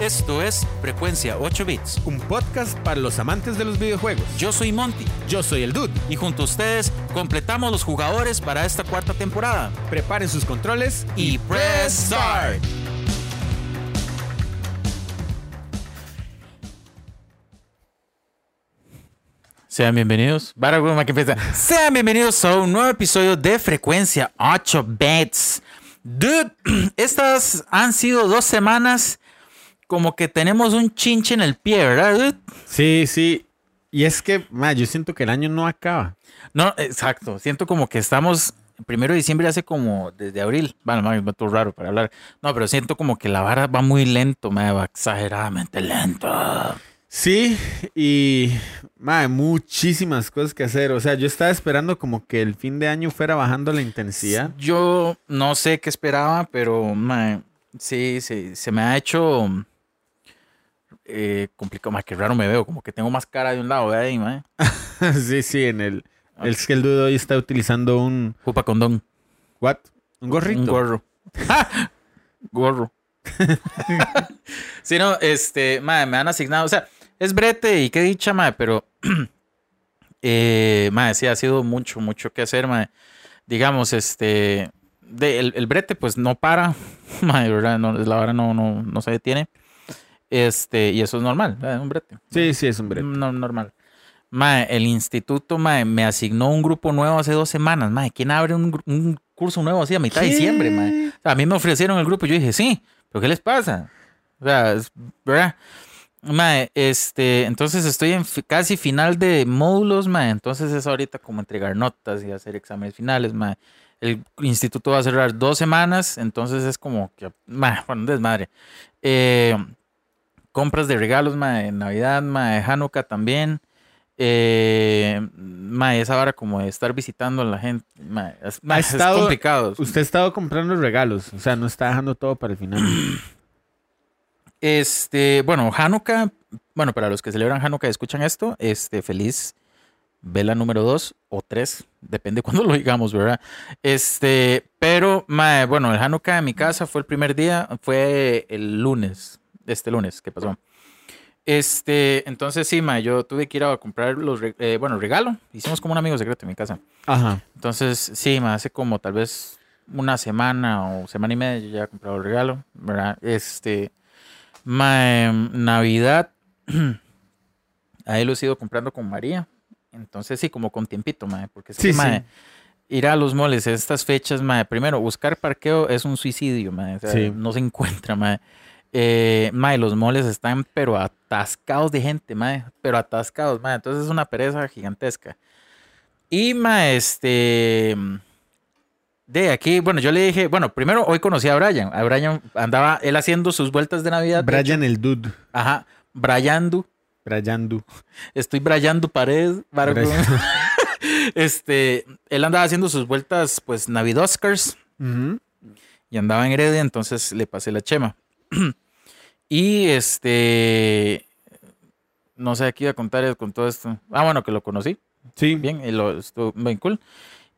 Esto es Frecuencia 8 Bits. Un podcast para los amantes de los videojuegos. Yo soy Monty Yo soy el Dude. y junto a ustedes completamos los jugadores para esta cuarta temporada. Preparen sus controles Y press start. Sean bienvenidos. Vara, güey, ma, que empieza. Sean bienvenidos a un nuevo episodio de Frecuencia 8 Bits. Dude, estas han sido dos semanas como que tenemos un chinche en el pie, ¿verdad, dude? Sí, sí. Y es que, ma, yo siento que el año no acaba. No, exacto. Siento como que estamos. el Primero de diciembre hace como desde abril. Bueno, mami, me todo raro para hablar. No, pero siento como que la vara va muy lento, me va exageradamente lento. Sí, y, ma, muchísimas cosas que hacer. O sea, yo estaba esperando como que el fin de año fuera bajando la intensidad. Yo no sé qué esperaba, pero mae, sí, sí, se me ha hecho eh, complicado. Más que raro me veo, como que tengo más cara de un lado, ¿verdad? ahí, mae? sí, sí, en el... Es que el dude hoy está utilizando un... Jupa condón. ¿What? Un gorrito. Un gorro. gorro. sí, no, este, madre, me han asignado, o sea, es brete y qué dicha, madre, pero, eh, madre, sí, ha sido mucho, mucho que hacer, madre. Digamos, este, de- el, el brete, pues, no para, madre, ¿verdad? No, la hora no, no, no se detiene. Este, y eso es normal, ¿verdad? un brete. Sí, sí, es un brete. No, normal. Mae, el instituto mae, me asignó un grupo nuevo hace dos semanas. Mae, ¿quién abre un, gru- un curso nuevo así a mitad de ¿Qué? diciembre? Mae? O sea, a mí me ofrecieron el grupo y yo dije, sí, pero ¿qué les pasa? O sea, es- ¿verdad? Mae, este, entonces estoy en fi- casi final de módulos, mae, entonces es ahorita como entregar notas y hacer exámenes finales, mae. El instituto va a cerrar dos semanas, entonces es como que, mae, bueno, un desmadre. Eh, compras de regalos, mae, en Navidad, mae, Hanukkah también. Eh, mae, esa hora como de estar visitando a la gente, mae, es, mae, es estado- complicado. Usted ha estado comprando regalos. O sea, no está dejando todo para el final. Este, bueno, Hanukkah, bueno, para los que celebran Hanukkah y escuchan esto, este, feliz vela número 2 o 3, depende cuándo lo digamos, ¿verdad? Este, pero, mae, bueno, el Hanukkah en mi casa fue el primer día, fue el lunes, este lunes que pasó. Este, entonces sí, mae, yo tuve que ir a comprar los, re- eh, bueno, regalo, hicimos como un amigo secreto en mi casa. Ajá. Entonces, sí, me hace como tal vez una semana o semana y media yo ya he comprado el regalo, ¿verdad? Este, ma, em, Navidad, ahí lo he ido comprando con María. Entonces, sí, como con tiempito, mae, porque es que, Sí, mae, sí. ir a los moles en estas fechas, mae, primero, buscar parqueo es un suicidio, mae, o sea, Sí. no se encuentra, mae. Eh, mae, los moles están pero atascados de gente, mae, pero atascados, mae, entonces es una pereza gigantesca. Y mae, este de aquí, bueno, yo le dije, bueno, primero hoy conocí a Brian. A Brian andaba él haciendo sus vueltas de Navidad. de hecho. Brian el Dude. Ajá, Briandu. Brian Du. Estoy Briandu Pared. barco. Brian. Este, él andaba haciendo sus vueltas, pues, Navid Oscars Ujú. y andaba en Heredia, entonces le pasé la chema. y este. No sé, aquí iba a contar con todo esto. Ah, bueno, que lo conocí. Sí. bien, y lo, estuvo bien cool.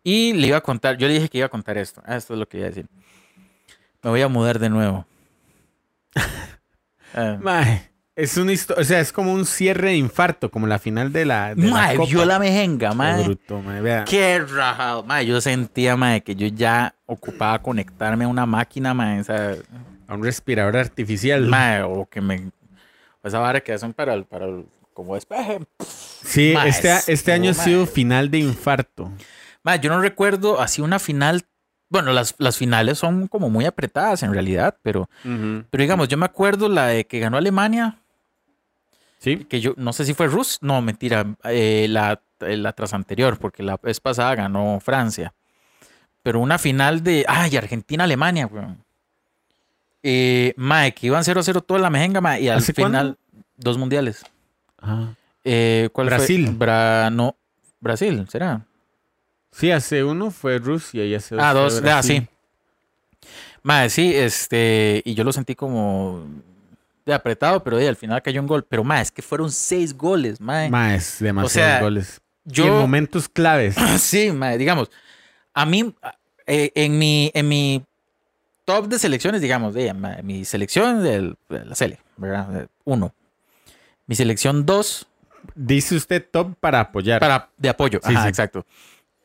Y le iba a contar, yo le dije que iba a contar esto. Ah, esto es lo que iba a decir. Me voy a mudar de nuevo. Ah, Mae, es una historia, o sea, es como un cierre de infarto, como la final de la. De mae, la vio la mejenga, Qué mae. bruto, mae, vea. Qué rajado. Mae, yo sentía, mae, que yo ya ocupaba conectarme a una máquina, mae. O sea, A un respirador artificial. mae, o que me. o Esa vara que hacen para el. Para el- como despeje. sí, mae, este, este año ha mae. sido final de infarto. Mae, yo no recuerdo así una final. Bueno, las, las finales son como muy apretadas en realidad, pero Pero digamos, yo me acuerdo la de que ganó Alemania, Sí. que yo no sé si fue Rus, no, mentira, eh, la, la tras anterior, porque la vez pasada ganó Francia. Pero una final de, ay, Argentina-Alemania, weón. Eh, mae, que iban 0-0 toda la mejenga, mae, y al ¿Hace cuándo? final, dos mundiales. Ah. Eh, ¿cuál fue? Brasil. Bra- no, Brasil, ¿será? Sí, hace uno fue Rusia y hace dos. Ah, fue dos, ah, Brasil. sí. Mae, sí, este, y yo lo sentí como de apretado, pero eh, al final cayó un gol. Pero mae, es que fueron seis goles, mae. Mae, es demasiados sea, goles. Y en yo, momentos claves. sí, mae, digamos, a mí, eh, en, eh, mi, en mi top de selecciones, digamos, de, mae, mi selección del- de la Sele, ¿verdad? Eh, Uno. Mi selección dos, Dice usted top para apoyar. para, de apoyo. Sí, Ajá, sí. exacto.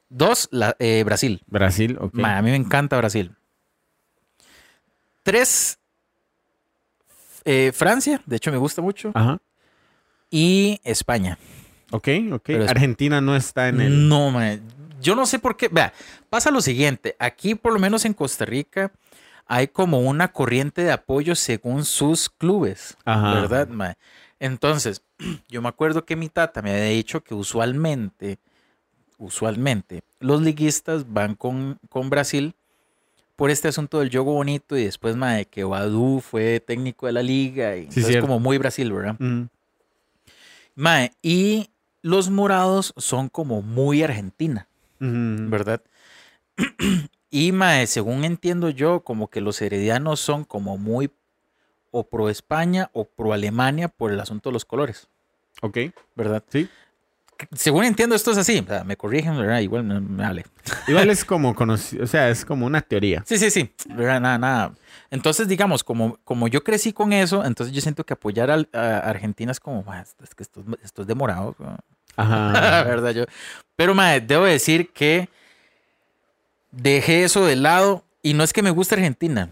Dos, la- eh, Brasil. Brasil, ok. Ma, a mí me encanta Brasil. Tres, eh, Francia, de hecho me gusta mucho. Ajá. Y España. Ok, ok. Pero es- Argentina no está en el. No, mae. Yo no sé por qué. Vea, pasa lo siguiente. Aquí, por lo menos en Costa Rica, hay como una corriente de apoyo según sus clubes. Ajá. ¿Verdad, mae? Entonces, yo me acuerdo que mi tata me había dicho que usualmente, usualmente, los liguistas van con, con Brasil por este asunto del yogo bonito y después, mae, que Badu fue técnico de la liga. Y entonces cierto. como muy Brasil, ¿verdad? Mm, Mae, y los morados son como muy Argentina. mm, ¿verdad? Y mae, según entiendo yo, como que los heredianos son como muy o pro España o pro Alemania por el asunto de los colores, Ok, ¿verdad? sí. Según entiendo esto es así, o sea, me corrigen, ¿verdad? Igual me, me vale. Igual es como conoci- o sea, es como una teoría. Sí, sí, sí, ¿verdad? Nada, nada. Entonces, digamos, como, como yo crecí con eso, entonces yo siento que apoyar al- a Argentina es como, "Ma, es que estos, estos demorados, ¿no? La Ajá. verdad, yo. Pero, mae, debo decir que dejé eso de lado. Y no es que me guste Argentina.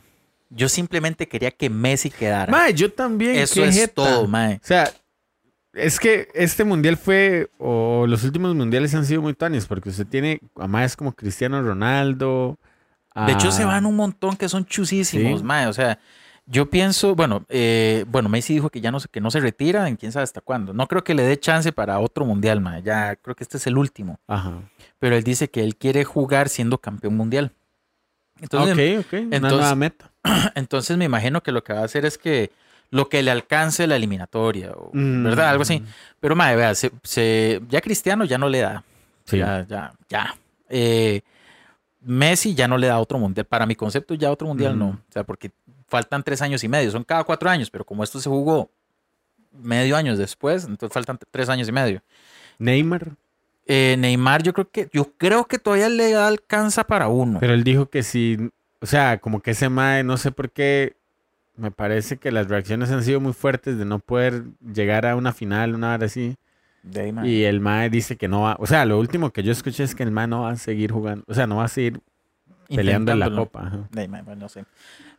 Yo simplemente quería que Messi quedara. Mae, yo también. eso qué es jeta. todo, mae. O sea, es que este mundial fue, o los últimos mundiales han sido muy tuanis, porque usted tiene a más como Cristiano Ronaldo. a- De hecho, se van un montón que son chusísimos, Ah. Sí. mae. O sea, yo pienso, bueno, eh, bueno, Messi dijo que ya no se, que no se retira, en quién sabe hasta cuándo. No creo que le dé chance para otro mundial, mae. Ya creo que este es el último. Ajá. Pero él dice que él quiere jugar siendo campeón mundial. Entonces, em, ok, ok. una entonces- nueva meta. Entonces me imagino que lo que va a hacer es que lo que le alcance la eliminatoria, o- Mm. ¿verdad? Algo así. Pero madre, vea, se, se- ya Cristiano ya no le da. Sí. Ya, ya, ya. Eh, Messi ya no le da otro mundial. Para mi concepto, ya otro mundial no. Ujú. O sea, porque faltan tres años y medio. Son cada cuatro años, pero como esto se jugó medio año después, entonces faltan t- tres años y medio. Neymar. Eh, Neymar, yo creo que, yo creo que todavía le alcanza para uno. Pero él dijo que sí. O sea, como que ese mae, no sé por qué. Me parece que las reacciones han sido muy fuertes de no poder llegar a una final, una hora así. De ahí, mae. Y el mae dice que no va. O sea, lo último que yo escuché es que el mae no va a seguir jugando. O sea, no va a seguir peleando en la Intentándolo. copa. ajá. De ahí, mae, bueno, no sé.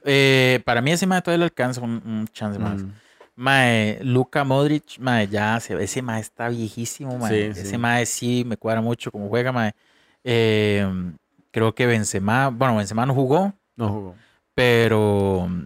Eh, para mí ese mae todavía le alcanza un, un chance más. Mm. Mae, Luka Modric, mae, ya se, ese mae está viejísimo, mae. Sí, ese sí. mae sí me cuadra mucho como juega, mae. Eh, creo que Benzema, bueno, Benzema no jugó, No jugó. pero mm,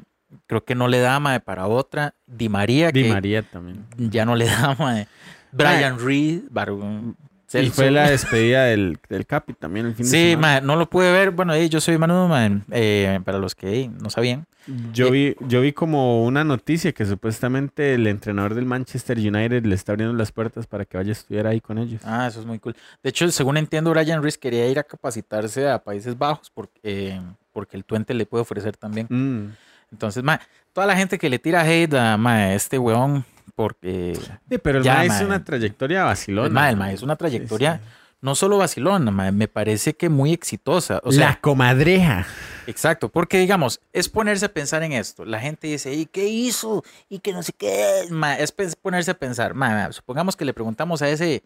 creo que no le da, mae, para otra. Di María, Di que María también. ya no le da, mae. Brian Reed, Bar- mm, Y Celso. fue la despedida del, del Capi también el fin de Sí, semana. mae, no lo pude ver. Bueno, eh, yo soy Manu, mae, eh, para los que eh, no sabían. Eh. Yo vi, yo vi como una noticia que supuestamente el entrenador del Manchester United le está abriendo las puertas para que vaya a estudiar ahí con ellos. Ah, eso es muy cool. De hecho, según entiendo, Brian Rees quería ir a capacitarse a Países Bajos porque, eh, porque el Twente le puede ofrecer también. Mm. Entonces, ma, toda la gente que le tira hate a ma, este weón, porque Sí, pero el Ya, mae mae. es una trayectoria vacilona. el ma, el ma, es una trayectoria no solo vacilona, ma, me parece que muy exitosa. O sea, la comadreja. exacto, porque digamos, es ponerse a pensar en esto. La gente dice, ¿y qué hizo? Y que no sé qué. Ma, es pens- ponerse a pensar. Ma, ma, supongamos que le preguntamos a ese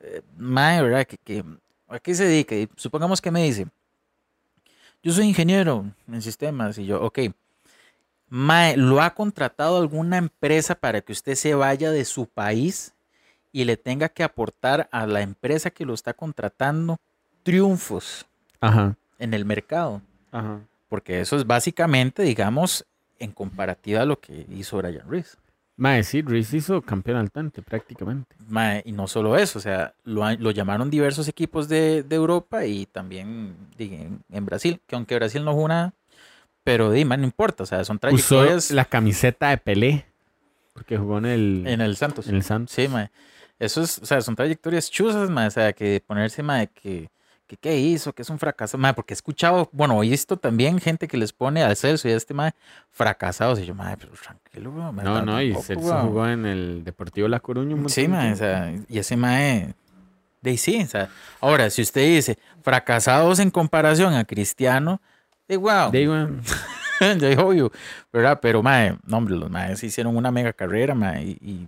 eh, mae, ¿verdad? Que, que- ¿A qué se dedica? Y supongamos que me dice, yo soy ingeniero en sistemas y yo, ok, mae, ¿lo ha contratado alguna empresa para que usted se vaya de su país y le tenga que aportar a la empresa que lo está contratando triunfos Ajá. en el mercado? Ajá. Porque eso es básicamente, digamos, en comparativa a lo que hizo Brian Reese. Mae, sí, Reese hizo campeón al Tante prácticamente. Mae, y no solo eso, o sea, lo, han- lo llamaron diversos equipos de, de Europa y también di, en, en Brasil, que aunque Brasil no jugó nada, pero di, mae, no importa, o sea, son Usó trayectorias la camiseta de Pelé porque jugó en el, en el Santos. en el Santos. Sí, mae. Eso es, o sea, son trayectorias chuzas, mae, o sea, que ponerse, mae, que, que qué hizo, que es un fracaso, mae, porque he escuchado, bueno, he visto también gente que les pone al Celso y a este mae fracasados, y yo, mae, pero tranquilo, weón, mae, No, tan- no, y tampoco, Celso weón". jugó en el Deportivo La Coruña un Sí, montón de mae, o tiempo. sea, y ese mae. De ahí sí, o sea, ahora, si usted dice fracasados en comparación a Cristiano, de wow. De ahí, weón. ya dijo, obvio, ¿verdad? Pero, mae, no, hombre, los maes hicieron una mega carrera, mae, y, y,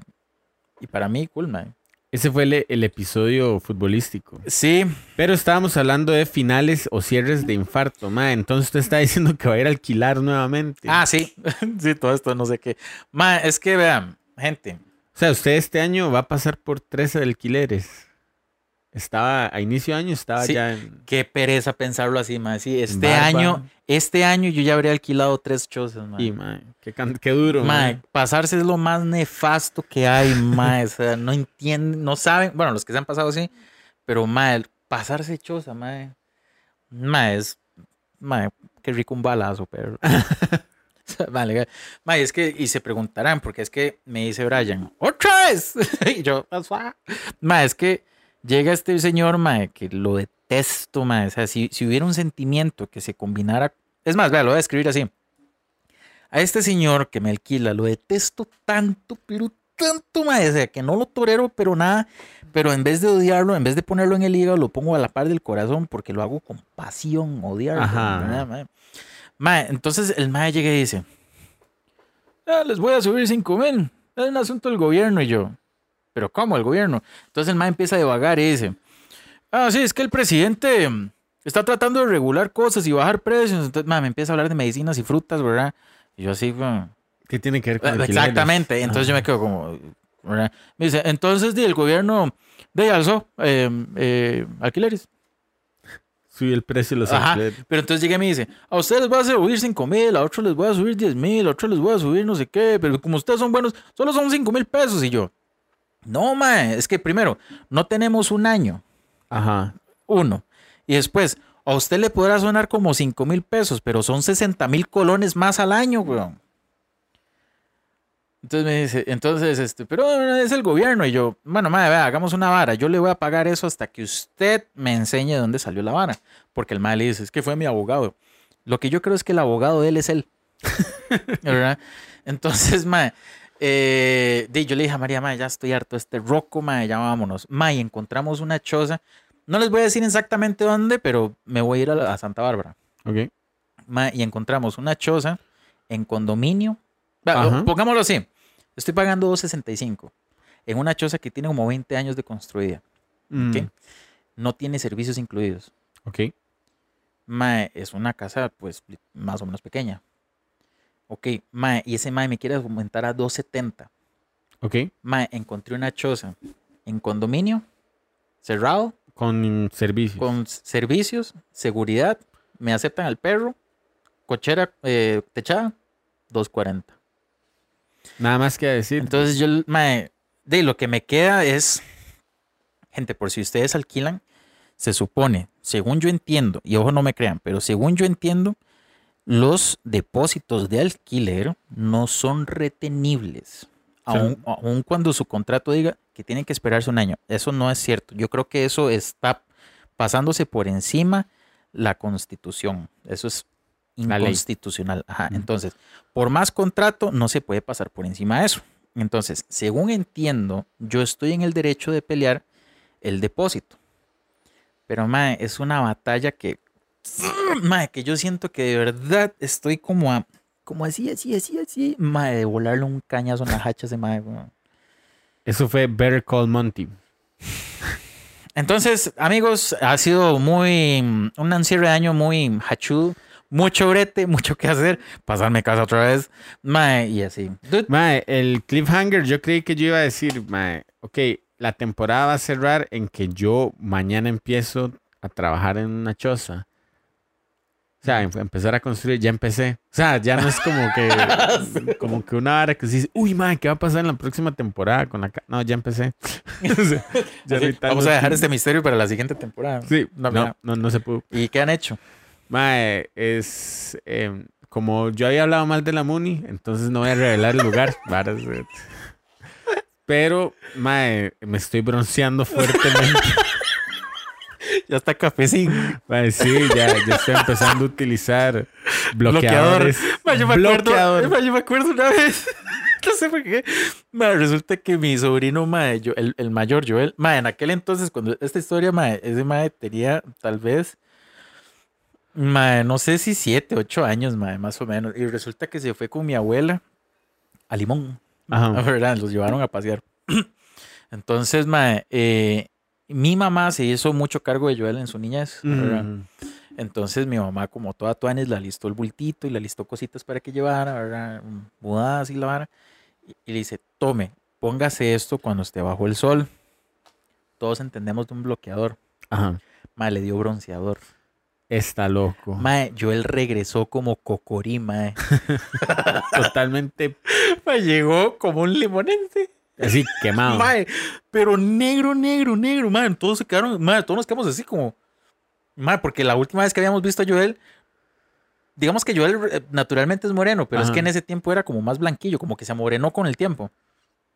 y para mí, cool, mae. Ese fue el, el episodio futbolístico. Sí, Pero estábamos hablando de finales o cierres de infarto, mae. Entonces usted está diciendo que va a ir a alquilar nuevamente. ah, sí, sí, todo esto, no sé qué. Mae, es que vean, gente, O sea, usted este año va a pasar por tres alquileres. Estaba, a inicio de año estaba Sí. ya en... qué pereza pensarlo así, mae. Sí, este Barba. año, este año yo ya habría alquilado tres chozas, mae. Y, mae, qué, can- qué duro, mae. Mae, pasarse es lo más nefasto que hay, mae. O sea, no entienden, no saben. Bueno, los que se han pasado sí, pero mae, pasarse choza, mae. Mae, es. Mae, qué rico un balazo, pero. vale, mae, es que. Y se preguntarán, porque es que me dice Brian, ¡otra vez! y yo, "Asua". mae, es que llega este señor, mae, que lo detesto, mae. O sea, si, si hubiera un sentimiento que se combinara. Es más, vea, lo voy a escribir así. A este señor que me alquila, lo detesto tanto, pero tanto, mae, o sea, que no lo torero, pero nada. Pero en vez de odiarlo, en vez de ponerlo en el hígado, lo pongo a la par del corazón porque lo hago con pasión, odiarlo. Ajá. ¿verdad, mae? Mae, entonces el mae llega y dice: "Ah, Les voy a subir cinco mil. Es un asunto del gobierno. Y yo, ¿pero cómo el gobierno? Entonces el mae empieza a devagar y dice: Ah, sí, es que el presidente mm, está tratando de regular cosas y bajar precios. Entonces, mae, me empieza a hablar de medicinas y frutas, ¿verdad? Y yo así, bueno, ¿Qué tiene que ver con alquileres? Eh, Ah. Exactamente. Entonces yo me quedo como. ¿verdad? Me dice, entonces di, el gobierno de alzó eh, eh, alquileres. Subió el precio de los Ajá. alquileres. Pero entonces llega y me dice, a ustedes les voy a subir 5 mil, a otros les voy a subir 10 mil, a otros les voy a subir no sé qué, pero como ustedes son buenos, solo son 5 mil pesos. Y yo, no, mae, es que primero, no tenemos un año, Ajá. uno. Y después, a usted le podrá sonar como 5 mil pesos, pero son 60 mil colones más al año, weón. Entonces me dice, entonces, este, pero es el gobierno. Y yo, bueno, madre, vea, hagamos una vara. Yo le voy a pagar eso hasta que usted me enseñe de dónde salió la vara. Porque el madre le dice, es que fue mi abogado. Lo que yo creo es que el abogado de él es él. ¿Verdad? Entonces, madre, eh, di, yo le dije a María, madre, ya estoy harto de este roco, madre, ya vámonos. Madre, encontramos una choza. No les voy a decir exactamente dónde, pero me voy a ir a, la- a Santa Bárbara. Ok. Ma, y encontramos una choza en condominio. Va, Ajá. Pongámoslo así. Estoy pagando 2.65 en una choza que tiene como 20 años de construida. Mm, Ok. No tiene servicios incluidos. ok. Ma, es una casa pues li- más o menos pequeña. Ok, ma, y ese mae me quiere aumentar a 2.70. Ok. Ma, encontré una choza en condominio, cerrado, Con servicios. con s- servicios, seguridad, me aceptan al perro, cochera eh, techada, 2.40. Nada más que decir. Entonces yo, mae, de lo que me queda es, gente, por si ustedes alquilan, se supone, según yo entiendo, y ojo no me crean, pero según yo entiendo, los depósitos de alquiler no son retenibles, O sea, aun, aun cuando su contrato diga que tienen que esperarse un año. Eso no es cierto. Yo creo que eso está pasándose por encima la constitución. Eso es La ley. inconstitucional. Ajá. Ujú. Entonces, por más contrato, no se puede pasar por encima de eso. Entonces, según entiendo, yo estoy en el derecho de pelear el depósito. Pero, mae, es una batalla que. Mae, que yo siento que de verdad estoy como a. Como así, así, así, así. Mae, de volarle un cañazo en las hachas de mae. weón. Eso fue Better Call Monty. Entonces, amigos, ha sido muy. mm, Un cierre de año muy hachudo. Mucho brete, mucho que hacer. Pasarme casa otra vez. Mae, y así. Dude, Mae, el cliffhanger, yo creí que yo iba a decir, mae, ok, la temporada va a cerrar en que yo mañana empiezo a trabajar en una choza. O sea, em- empezar a construir, ya empecé. O sea, ya no es como que como que una hora que se dice, uy, mae, ¿qué va a pasar en la próxima temporada con la ca-?" No, ya empecé. O sea, ya así, ahorita vamos no- a dejar este misterio para la siguiente temporada. Sí, No, no, mira. no, no se pudo. ¿Y qué han hecho? Mae, es em, como yo había hablado mal de la Muni, entonces no voy a revelar el lugar. Varas, eh. Pero, mae, me estoy bronceando fuertemente. Ya está cafecín. Mae, sí, ya, ya estoy empezando a utilizar Bloqueador. bloqueadores. Ma, yo me Bloqueador. acuerdo, ma, yo me acuerdo una vez. No sé por qué. Ma, resulta que mi sobrino, ma, yo- el, el mayor Joel, ma, en aquel entonces, cuando esta historia, ma, ese ma tenía tal vez Mae, no sé si siete, ocho años, mae, más o menos. Y resulta que se fue con mi abuela a Limón. Ajá. ¿verdad? Los llevaron a pasear. Entonces, mae, eh, mi mamá se hizo mucho cargo de Joel en su niñez. ¿verdad? Mm. Entonces, mi mamá, como toda tuanes, le alistó el bultito y le alistó cositas para que llevara, ¿verdad? Mudadas y la vara. Y, y le dice, tome, póngase esto cuando esté bajo el sol. Todos entendemos de un bloqueador. Ajá. Mae, le dio bronceador. Está loco. Mae, Joel regresó como cocorí, mae. Totalmente Mae, llegó como un limonense. así quemado. Mae, pero negro, negro, negro, man. Todos se quedaron, mae, todos nos quedamos así como. Mae, porque la última vez que habíamos visto a Joel, digamos que Joel eh, naturalmente es moreno, pero es Ajá. que en ese tiempo era como más blanquillo, como que se amorenó con el tiempo.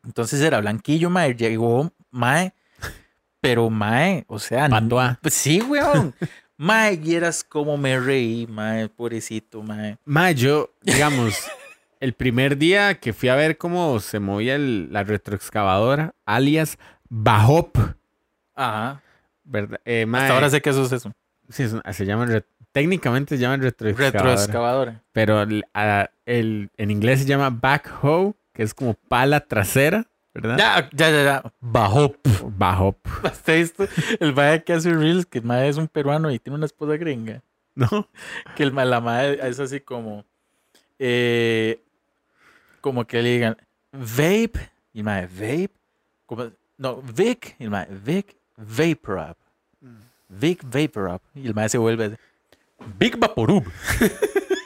Entonces era blanquillo, mae, llegó, mae, pero mae, o sea, n- Patoa. pues sí, weón. Mae, vieras como me reí, mae, pobrecito, mae. Mae, yo, digamos, el primer día que fui a ver cómo se movía el- la retroexcavadora, alias Bajop, Ajá. ¿verdad? Eh, mae, Hasta ahora sé que eso es eso. sí, es un- se llaman re- técnicamente se llaman retroexcavadora. Retroexcavadora. pero el- a- el- en inglés se llama backhoe, que es como pala trasera, ¿verdad? Ya, ya, ya, ya. Bajó. Bajop, ¿Has visto el mae que hace reels? Que el mae es un peruano y tiene una esposa gringa. ¿no? Que el mae, la mae es así como. eh, como que le digan vape. Y el mae, vape. Como, no, Vic. Y el mae, Vic Vapor Up. Mm. Vic Vapor Up. Y el mae se vuelve así, Big Vaporub.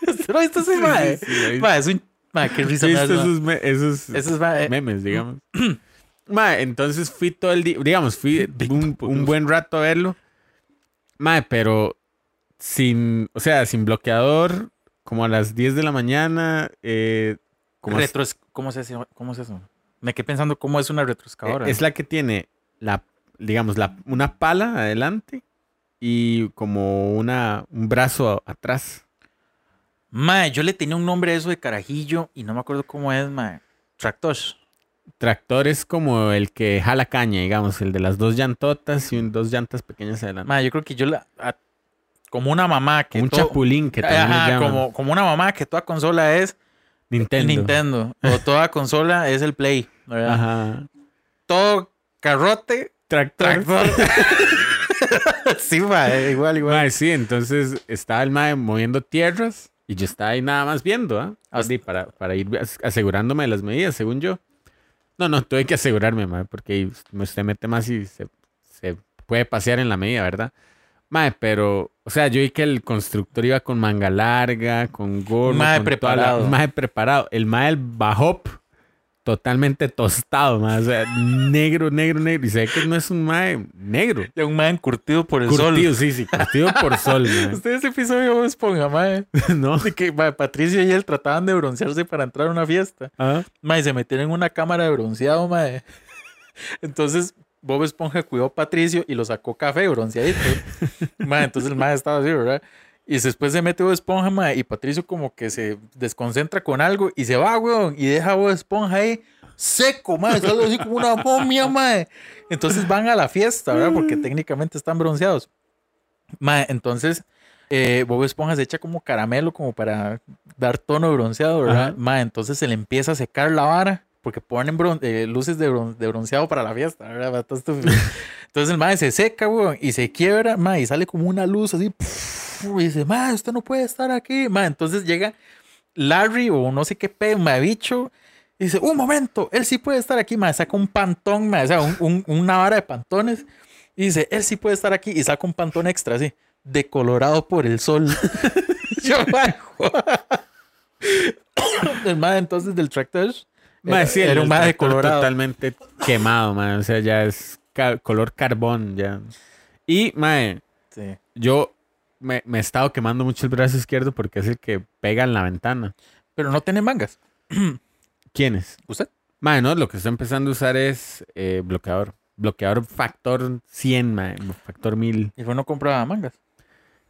¿Usted no ha visto ese mae? Sí, sí, ahí- Mae, es un. Mae, qué risa. me da ¿Viste ese mae. esos, me- esos Ese es mae. eh, memes, digamos? Mae, entonces fui todo el día, digamos, fui un, un buen rato a verlo. Mae, pero sin, o sea, sin bloqueador, como a las 10 de la mañana, eh, como es, retro, ¿cómo, se hace- ¿Cómo es eso? Me quedé pensando cómo es una retroexcavadora. es la que tiene la, digamos, la, una pala adelante y como una, un brazo a- atrás. Mae, yo le tenía un nombre a eso de carajillo y no me acuerdo cómo es, mae. Tractos. Tractor es como el que jala caña, digamos, el de las dos llantotas y un- dos llantas pequeñas adelante. Mae, yo creo que yo la. a- como una mamá que. un todo- chapulín que también le Ajá, llaman. como, como una mamá que toda consola es el Nintendo. Nintendo. O toda consola es el Play. ¿verdad? Ajá. Todo carrote, Tractor. tractor. sí, mae, igual, igual. Mae, sí, entonces estaba el mae moviendo tierras y yo estaba ahí nada más viendo, ¿ah? Hasta- Así, para, para ir as- asegurándome de las medidas, según yo. No, no, tuve que asegurarme, mae, porque ahí usted mete más y se, se puede pasear en la medida, ¿verdad? Mae, pero, o sea, yo vi que el constructor iba con manga larga, con gorro. Mae con toda la- preparado. mae preparado. El mae del bajop, totalmente tostado, mae. O sea, negro, negro, negro. Y se ve que no es un mae negro. Ya Un mae curtido por el Curtido, sol. sí, sí, curtido por sol, mae. Ustedes ese episodio de Bob Esponja, mae. ¿No? De que mae, Patricia y él trataban de broncearse para entrar a una fiesta. Ah, Mae, se metieron en una cámara de bronceado, mae. Entonces, Bob Esponja cuidó a Patricio y lo sacó café bronceadito. mae, entonces el mae estaba así, ¿verdad? Y después se mete Bob Esponja, mae, y Patricio como que se desconcentra con algo y se va, weón, y deja a Bob Esponja ahí seco, mae, solo así como una momia, mae. Entonces van a la fiesta, ¿verdad? Porque técnicamente están bronceados. Mae, entonces eh, Bob Esponja se echa como caramelo como para dar tono bronceado, ¿verdad? Ajá. Mae, entonces se le empieza a secar la vara porque ponen bron- eh, luces de, bron- de bronceado para la fiesta, ¿verdad? Mae, todo estúpido. Entonces el mae se seca, weón, y se quiebra, mae, y sale como una luz así, y dice, mae, usted no puede estar aquí, mae. Entonces llega Larry o no sé qué pedo, mae, bicho, y dice, un momento, él sí puede estar aquí, mae, saca un pantón, mae, o sea, un- un- una vara de pantones, y dice, él sí puede estar aquí, y saca un pantón extra, así, decolorado por el sol. Yo, mae, el mae entonces del tractor mae, sí, era, el- un el mae tractor decolorado. Totalmente quemado, mae. O sea, ya es ca- color carbón, ya. Y, mae, Sí. yo me, me he estado quemando mucho el brazo izquierdo porque es el que pega en la ventana. Pero no tiene mangas. ¿Quién es? ¿Usted? Mae, no, lo que estoy empezando a usar es eh, bloqueador. Bloqueador factor 100, mae. Factor 1000. Y yo no compraba mangas.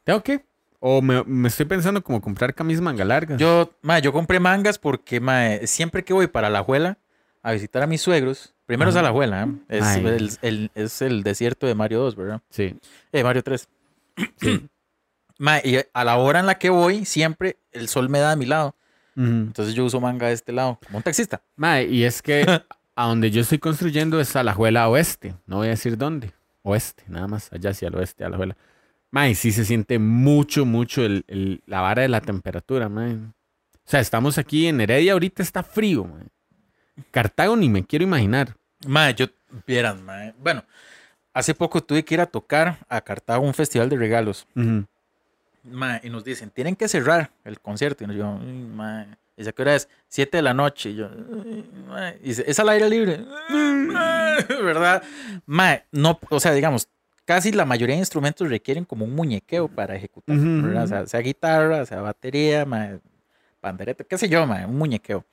¿Tengo que? O me, me estoy pensando como comprar camisas manga larga. Yo, mae, yo compré mangas porque, mae, siempre que voy para la abuela a visitar a mis suegros, primero es Ajá. a la abuela, ¿eh? es, Ay. el, el- es el desierto de Mario 2, ¿verdad? Sí. Eh, Mario 3. Sí. Mae, y a la hora en la que voy, siempre el sol me da a mi lado. Ujú. Entonces yo uso manga de este lado, como un taxista. Mae, y es que a donde yo estoy construyendo es Alajuela Oeste. No voy a decir dónde. Oeste, nada más. Allá hacia el oeste, Alajuela. Mae, sí se siente mucho, mucho el- el- la vara de la temperatura, mae. O sea, estamos aquí en Heredia, ahorita está frío, mae. Cartago ni me quiero imaginar. Mae, yo, vieran, mae. Bueno, hace poco tuve que ir a tocar a Cartago un festival de regalos. Mae, y nos dicen, tienen que cerrar el concierto. Y yo, "Uy, mae. Y dice, ¿qué hora es? Siete de la noche. Y yo, "Uy, mae". Y dice, es al aire libre. ¿Verdad? Mae, no, o sea, digamos, casi la mayoría de instrumentos requieren como un muñequeo para ejecutar. Ujú, ¿verdad? O ujú. sea, sea guitarra, sea batería, mae, pandereta, qué sé yo, mae, un muñequeo.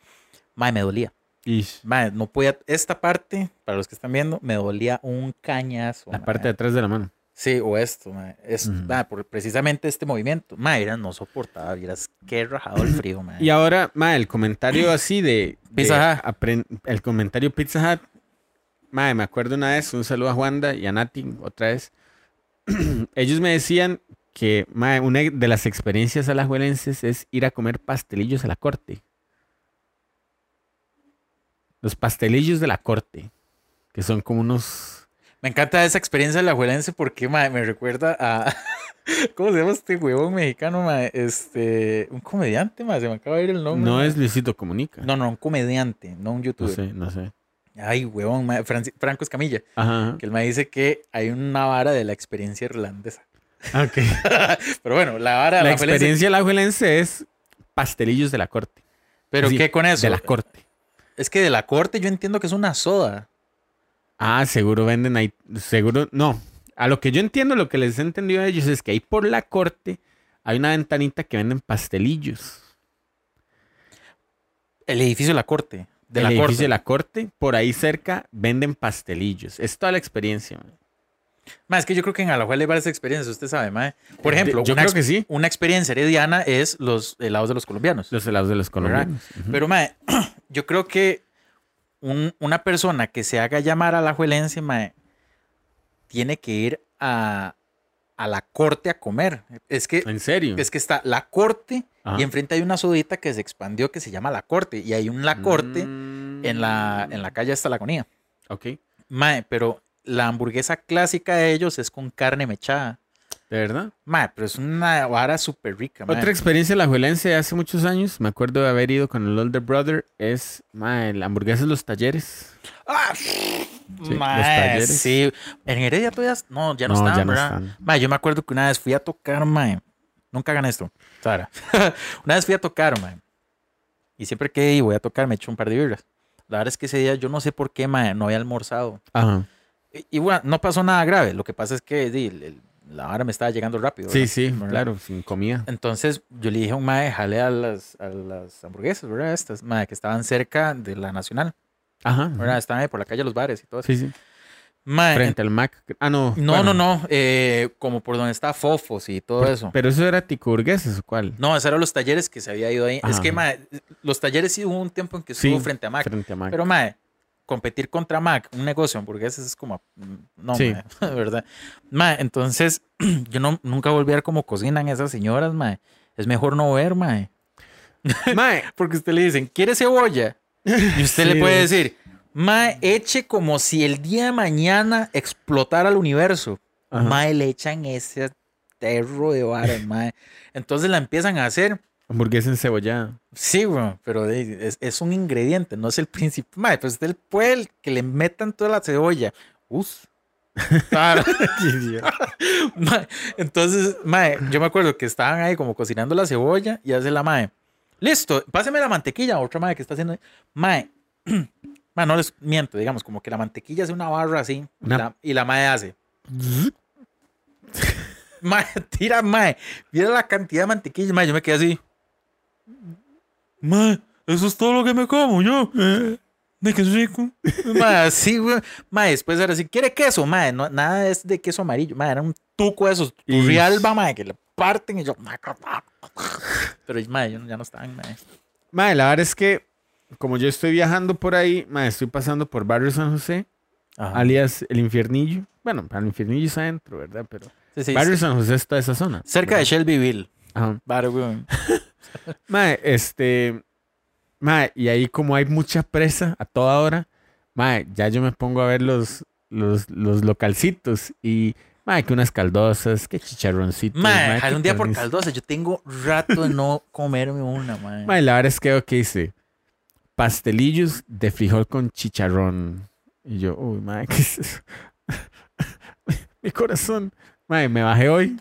Mae, me dolía. Ish. Mae, no podía. Esta parte, para los que están viendo, me dolía un cañazo. La mae. parte de atrás de la mano. Sí, o esto, mae. Es, Ujú. mae, por precisamente este movimiento. Mae, era no soportaba, vieras qué rajado el frío, mae. Y ahora, mae, el comentario así de. de Pizza Hut. apren- El comentario Pizza Hut. Mae, me acuerdo una vez, un saludo a Juanda y a Nati, otra vez. Ellos me decían que, mae, una de las experiencias alajuelenses es ir a comer pastelillos a la corte. Los pastelillos de la corte, que son como unos. Me encanta esa experiencia de la juelense porque mae, me recuerda a. ¿Cómo se llama este huevón mexicano, mae? Este. Un comediante, mae. Se me acaba de ir el nombre. No mae. es Luisito Comunica. No, No, no, un comediante, no un youtuber. sé, no sé. Ay, huevón, mae, Franci- Franco Escamilla. Ajá. Que él me dice que hay una vara de la experiencia irlandesa. ok. Pero bueno, la vara de La la juelense- experiencia alajuelense es pastelillos de la corte. Pero Sí, qué con eso. De la corte. Es que de la corte yo entiendo que es una soda. Ah, seguro venden ahí. Seguro, no. A lo que yo entiendo, lo que les he entendido a ellos es que ahí por la corte hay una ventanita que venden pastelillos. El edificio de la corte. De el la edificio corte. de la corte, por ahí cerca venden pastelillos. Es toda la experiencia. man. Ma, es que yo creo que en Alajuela hay varias experiencias, usted sabe, mae. Por Eh, De- ejemplo, yo una, creo ex- que sí. una experiencia herediana es los helados de los colombianos. Los helados de los colombianos. Ujú. Pero, mae, yo creo que un- una persona que se haga llamar alajuelense, mae, tiene que ir a, a la corte a comer. Es que, en serio. Ah. es que está la corte Ajá. y enfrente hay una sodita que se expandió que se llama la corte. Y hay un la corte en, la, en la calle hasta la agonía. Mm. Ok. ¿De Mae, pero la hamburguesa clásica de ellos es con carne mechada. verdad? Mae, pero es una vara súper rica, mae. Otra experiencia la de hace muchos años, me acuerdo de haber ido con el Older Brother, es mae, la hamburguesa de los talleres. ¡Ah! los mae, talleres. sí. En Heredia todavía... es- No, ya no, No, están, ya no ¿verdad? están. Mae, yo me acuerdo que una vez fui a tocar, mae. Nunca hagan esto. Sara. una vez fui a tocar, mae. Y siempre que iba, voy a tocar me echo un par de vibras. La verdad es que ese día yo no sé por qué, mae, no había almorzado. Ajá. Y, y bueno, no pasó nada grave. Lo que pasa es que di, el- el- la vara me estaba llegando rápido. Sí, ¿verdad? sí, ¿verdad? claro, sin comida. Entonces yo le dije a un mae, jale a las, a las hamburguesas, ¿verdad? Estas, mae, que estaban cerca de la Nacional, Ajá. ¿verdad? Estaban ahí por la calle de los bares y todo eso. Sí, sí. Mae, Frente al Mac. Ah, no. No, bueno, no, no. eh, como por donde está Fofos y todo por- eso. Pero eso era ticoburgueses o cuál? No, esos eran los talleres que se había ido ahí. Es Ajá. que, mae, los talleres sí hubo un tiempo en que Sí, estuvo frente a Mac. Frente a Mac. Pero, mae, competir contra Mac, un negocio de hamburguesas es como. mm, No, Sí. mae, ¿verdad? Mae, entonces, yo no, nunca volví a ver cómo cocinan esas señoras, mae. Es mejor no ver, mae. Mae, Porque usted le dicen, ¿quiere cebolla? Y usted le Sí. puede decir, Mae, eche como si el día de mañana explotara el universo. Ajá. Mae, le echan ese terro de vara, mae. Entonces la empiezan a hacer. hamburguesa encebollada. Sí, weón, pero de- es, es un ingrediente, no es el principal. Mae, pues usted puede que le metan toda la cebolla. Us. Claro. Mae, Entonces, mae, yo me acuerdo que estaban ahí como cocinando la cebolla y hace la mae. Listo, páseme la mantequilla, otra mae que está haciendo. Mae, mae, no les miento, digamos, como que la mantequilla hace una barra así Una- la- y la mae hace. Mae, tira, mae. Mira la cantidad de mantequilla, mae. Yo me quedé así. Mae, eso es todo lo que me como yo. De que rico. Mae, así, güey. Mae, después ahora sí, ¿quiere queso? Mae, no, nada es de queso amarillo. Mae, era un tuco de esos. Ish. Turrialba, mae, que le parten y yo. Pero, mae, yo no- ya no estaban, mae. Mae, la verdad es que como yo estoy viajando por ahí, mae, estoy pasando por Barrio San José, Ajá. alias El Infiernillo. Bueno, para El Infiernillo es adentro, ¿verdad? Pero Sí, sí, Barrio San José está esa zona. Cerca de Shelbyville. Ajá. Barrio, weón. Mae, este. Mae, y ahí como hay mucha presa a toda hora, mae, ya yo me pongo a ver los, los, los localcitos y. Mae, que unas caldosas, que chicharroncitos. Mae, mae, jale que un día por carniz- caldosa. Yo tengo rato de no comerme una, mae. Mae, la verdad es que, ok, dice pastelillos de frijol con chicharrón. Y yo, uy, mae, ¿qué es eso? Mi corazón. Mae, me bajé hoy.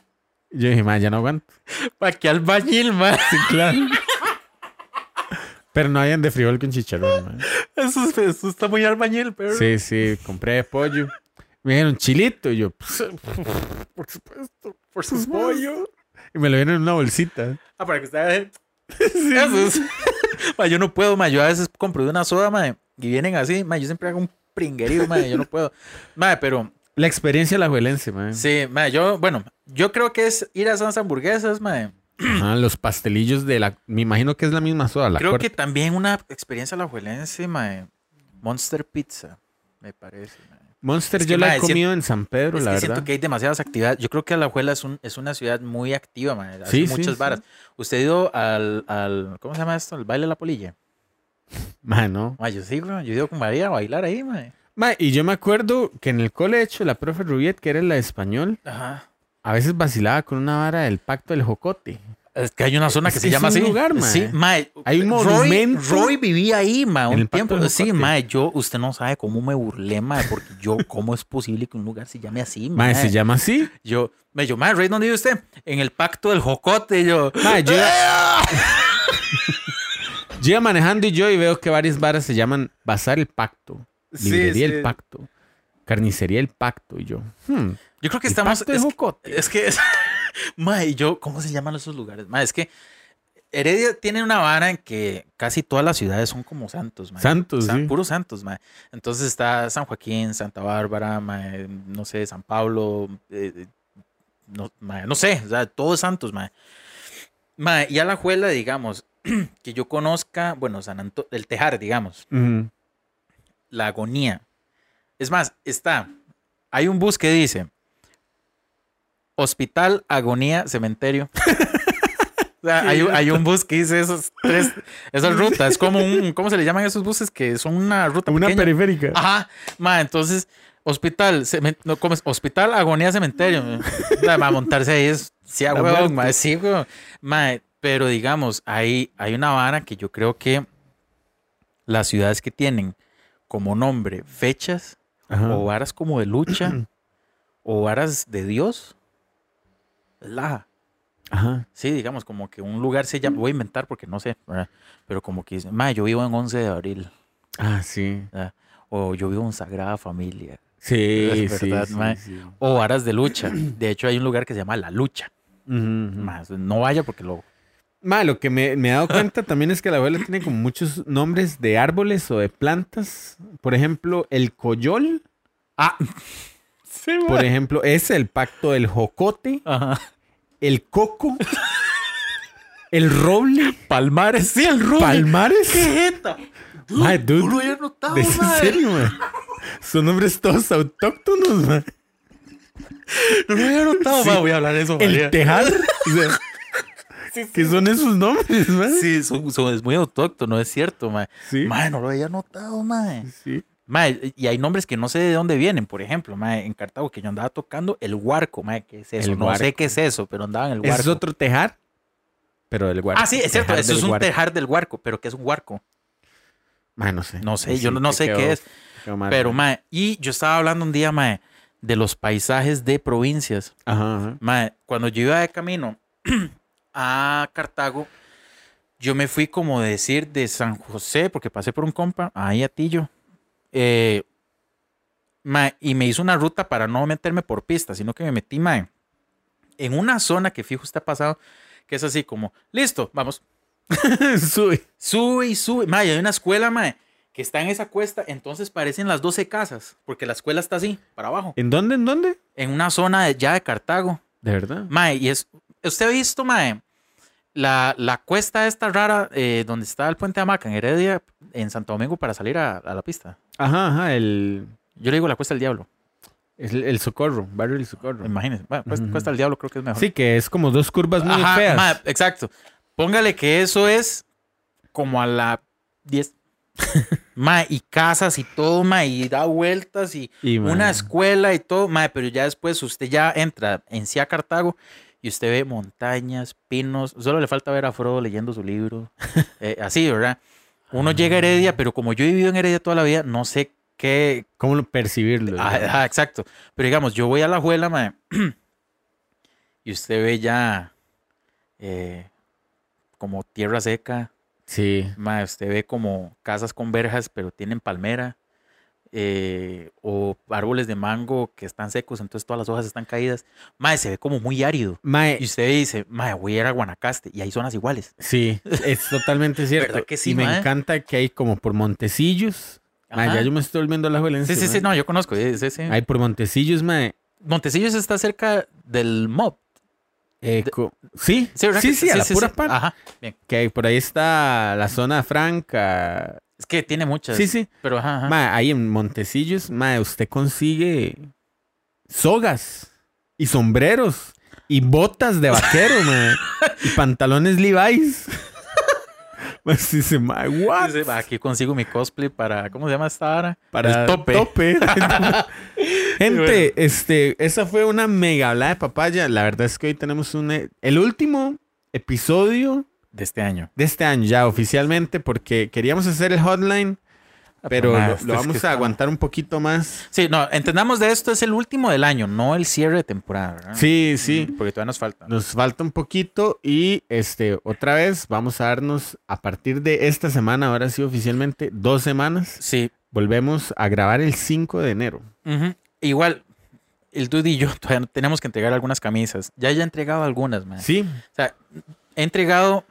Y yo dije, mae, ya no aguanto. Pa' que albañil, mae. Sí, claro. Pero no habían de frijol con chicharrón, mae. Eso, es- eso está muy albañil, pero. Sí, sí, compré pollo. Me dieron chilito y yo, "Pues, Por supuesto. Por es pollo. Y me lo dieron en una bolsita. Ah, para que ustedes. Eso es. Ma, yo no puedo, ma. Yo a veces compro de una soda, ma. Y vienen así, ma. Yo siempre hago un pringuerío, ma. Yo no puedo. Ma, pero. La experiencia la juelense, man. Sí, ma. Yo, bueno, yo creo que es ir a Sans Hamburguesas, ma. Ajá, los pastelillos de la. Me imagino que es la misma soda, la Creo corta. que también una experiencia alajuelense, ma. Monster Pizza, me parece, ma. Monster Es que, yo la mae, he siento- comido en San Pedro, es la que verdad. siento que hay demasiadas actividades. Yo creo que Alajuela es, un, es una ciudad muy activa, man. Hace Sí, sí, muchas sí. varas. ¿Usted ha ido al, al. ¿Cómo se llama esto? El baile de la polilla. Mae, no. Ma, yo sí, weón. Yo he ido con María a bailar ahí, ma. Mae, y yo me acuerdo que en el colegio la profe Rubiet, que era la de español, Ajá. a veces vacilaba con una vara del pacto del jocote. Es que hay una zona Eh, Es que que se llama es así. un lugar, mae. Sí, mae. Hay un Roy- monumento. Roy, vivía ahí, mae, En un el Pacto tiempo. del Sí, Jocote. mae, yo, usted no sabe cómo me burlé, mae, porque yo, ¿cómo es posible que un lugar se llame así, mae? Mae, se llama así. Yo, me yo, mae, Roy, ¿dónde vive usted? En el pacto del Jocote, y yo. Mae, yo, iba... Yo iba manejando y yo y veo que varias varas se llaman Bazar el Pacto, Sí, Librería sí. el Pacto, Carnicería el Pacto. Y yo, hmm, Yo creo que el estamos. Pacto de es que- Jocote. Es que, es, ma, y yo, ¿cómo se llaman esos lugares? Ma, es que Heredia tiene una vara en que casi todas las ciudades son como santos, ma. Santos, San- sí. Puros santos, ma. Entonces está San Joaquín, Santa Bárbara, ma, eh, no sé, San Pablo, eh, eh, no, ma, no sé, o sea, todos santos, ma. Ma, y a la juela, digamos, que yo conozca, bueno, San Anto- el Tejar, digamos, Ujú. la agonía. Es más, está, hay un bus que dice Hospital, Agonía, Cementerio. O sea, hay, un- hay un bus que dice esos tres, esas rutas. Es como un, ¿cómo se le llaman esos buses? Que son una ruta Una pequeña. periférica. Ajá, ma, entonces, hospital, cemen- no, ¿cómo es? hospital, agonía, cementerio. Ma, ma, montarse ahí es, sí, a La huevo, muerte. ma, sí, huevo. Ma, pero digamos, hay, hay una vara que yo creo que las ciudades que tienen como nombre fechas Ajá. o varas como de lucha o varas de Dios, es laja. Ajá. Sí, digamos, como que un lugar se llama, voy a inventar porque no sé, ¿verdad? pero como que, ma, yo vivo en 11 de abril Ah, sí. o yo vivo en Sagrada Familia. Sí, Es sí, verdad, sí, mae. sí. o varas de lucha. De hecho, hay un lugar que se llama La Lucha. Ujú, ujú. Más, no vaya porque lo. Ma, lo que me, me he dado cuenta también es que la abuela tiene como muchos nombres de árboles o de plantas. Por ejemplo, el coyol. Ah. Por ejemplo, es el pacto del jocote, Ajá. el coco, el roble, Palmares, sí, el Rubio. palmares. jeta! Mae, dude. no lo había notado, ¿De en mae. serio, mae? Son nombres todos autóctonos, mae. No lo había notado, Sí. mae, Voy a hablar de eso, El María. tejar. O sea, ¿Qué son esos nombres, mae? Sí, son- son- es muy autóctono, es cierto, mae. Sí. Mae, no lo había notado, mae. Sí. Mae, y hay nombres que no sé de dónde vienen. Por ejemplo, mae, en Cartago, que yo andaba tocando, el huarco, mae, ¿qué es eso? El no sé huarco. qué es eso, pero andaba en el Ese huarco. es otro tejar, pero del guarco. ah, sí, es cierto, Tejar eso del es un guarco. tejar del huarco, pero ¿qué es un huarco? Mae, no sé. No sé, Ahí yo sí no- no te sé qué quedo- es. te quedo mal, Pero, mae. mae, y yo estaba hablando un día, mae, de los paisajes de provincias. Ajá, ajá. Mae, cuando yo iba de camino a Cartago, yo me fui como decir de San José, porque pasé por un compa, ahí a Tillo. Eh, mae, y me hizo una ruta para no meterme por pista, sino que me metí, mae, en una zona que fijo está pasado, que es así como, listo, vamos, Sube. Sube y sube. Mae, hay una escuela, mae, que está en esa cuesta. Entonces parecen las 12 casas, porque la escuela está así, para abajo. ¿En dónde? ¿En dónde? En una zona de- ya de Cartago. De verdad. Mae, y es. ¿Usted ha visto, mae? La, la cuesta esta rara eh, donde está el puente de Hamaca, en Heredia, en Santo Domingo, para salir a, a la pista. Ajá, ajá, el. Yo le digo la cuesta del diablo. Es el, el socorro, barrio del socorro. Imagínense. Bueno, pues, Ujú. cuesta el diablo, creo que es mejor. Sí, que es como dos curvas muy Ajá, feas. ma, exacto. Póngale que eso es como a la 10. ma, y casas y todo, ma, y da vueltas y Y, ma, una escuela y todo, ma, pero ya después usted ya entra en sí a Cartago y usted ve montañas, pinos, solo le falta ver a Frodo leyendo su libro, eh, así, ¿verdad? Uno llega a Heredia, pero como yo he vivido en Heredia toda la vida, no sé qué, ¿Cómo lo- percibirlo? Ah, digamos? ajá, exacto. Pero digamos, yo voy a la abuela, mae, y usted ve ya eh, como tierra seca, Sí. mae, usted ve como casas con verjas, pero tienen palmera, eh, o árboles de mango que están secos, entonces todas las hojas están caídas. Mae, se ve como muy árido. Mae, Y usted dice, mae, voy a ir a Guanacaste, y hay zonas iguales. sí, es totalmente cierto. ¿Verdad que sí, y me mae? encanta que hay como por Montecillos. Mae, Ajá. ya yo me estoy volviendo la juventud. Sí, sí, sí, no, yo conozco. eh, sí, sí, sí. Hay por Montecillos, eh, mae. Montecillos está cerca del MOB. eh, De- co- sí, sí, ¿verdad sí, que- a la pura sí. Ah. par. Ajá, bien. Que por ahí está la zona franca. Es que tiene muchas. Sí, sí. Pero ajá, ajá. Mae, ahí en Montecillos, mae, usted consigue sogas y sombreros y botas de vaquero, mae, y pantalones Levi's. Mae, usted dice, mae, what? Dice, "Va, aquí consigo mi cosplay para, ¿cómo se llama esta hora? Para el tope. Gente, Bueno. este, esa fue una mega hablada de papaya. La verdad es que hoy tenemos un, e- el último episodio De este año. de este año ya oficialmente porque queríamos hacer el hotline, pero Ah, lo- es lo, que vamos está- a aguantar un poquito más. Sí, no, entendamos de esto, es el último del año, no el cierre de temporada, ¿verdad? Mm, Sí, sí. Porque todavía nos falta. Nos falta un poquito y este otra vez vamos a darnos a partir de esta semana, ahora sí oficialmente, dos semanas. Sí. Volvemos a grabar el 5 de enero. ujú. Igual, el Dude y yo todavía no- tenemos que entregar algunas camisas. Ya ya he entregado algunas, man. Sí, O sea, he entregado.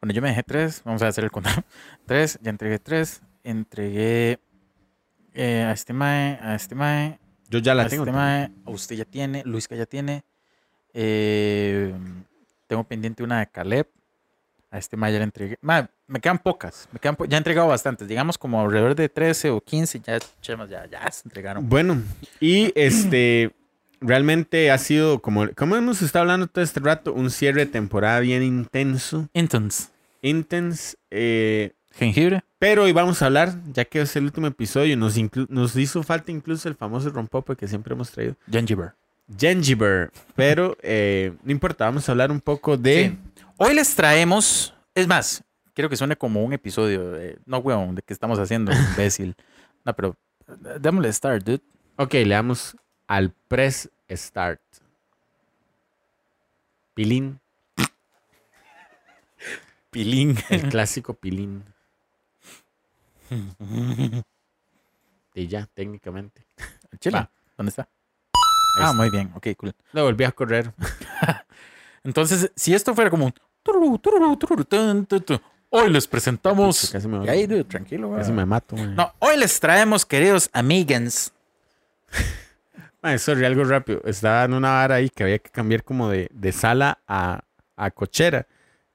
Bueno, yo me dejé tres. Vamos a hacer el conteo. Tres, ya entregué tres. Entregué eh, a este mae, a este mae, yo ya la Este tengo. mae, usted ya tiene, Luisca ya tiene. eh, tengo pendiente una de Caleb. A este mae ya le entregué. Mae, me quedan pocas. Me quedan po- ya he entregado bastantes. Digamos como alrededor de 13 o 15. Ya, chemas, ya, ya se entregaron. Bueno, y este realmente ha sido como como hemos estado hablando todo este rato, un cierre de temporada bien intenso, Entonces, intense. eh, jengibre. pero hoy vamos a hablar, ya que es el último episodio, nos, inclu- nos hizo falta incluso el famoso rompope que siempre hemos traído. Jengibre. Gengiver. Pero eh, no importa, vamos a hablar un poco de. Sí. Hoy les traemos. Es más, quiero que suene como un episodio. de- no, weón, de qué estamos haciendo, imbécil. No, pero eh, démosle start, dude. Ok, le damos al press start. Pilín, Pilín. el clásico pilín. Y ya, técnicamente. Chile. Va. ¿Dónde está? Ahí ah, está. muy bien. Ok, cool. Lo volví a correr. Entonces, si esto fuera como un tururú, tururú, tururú, tun, tun, tun, hoy les presentamos. Casi me, Y ahí, dude, tranquilo, güey. casi me mato. man. No, hoy les traemos, queridos amigans. Man, sorry, algo rápido. Estaba en una vara ahí que había que cambiar como de, de sala a, a cochera.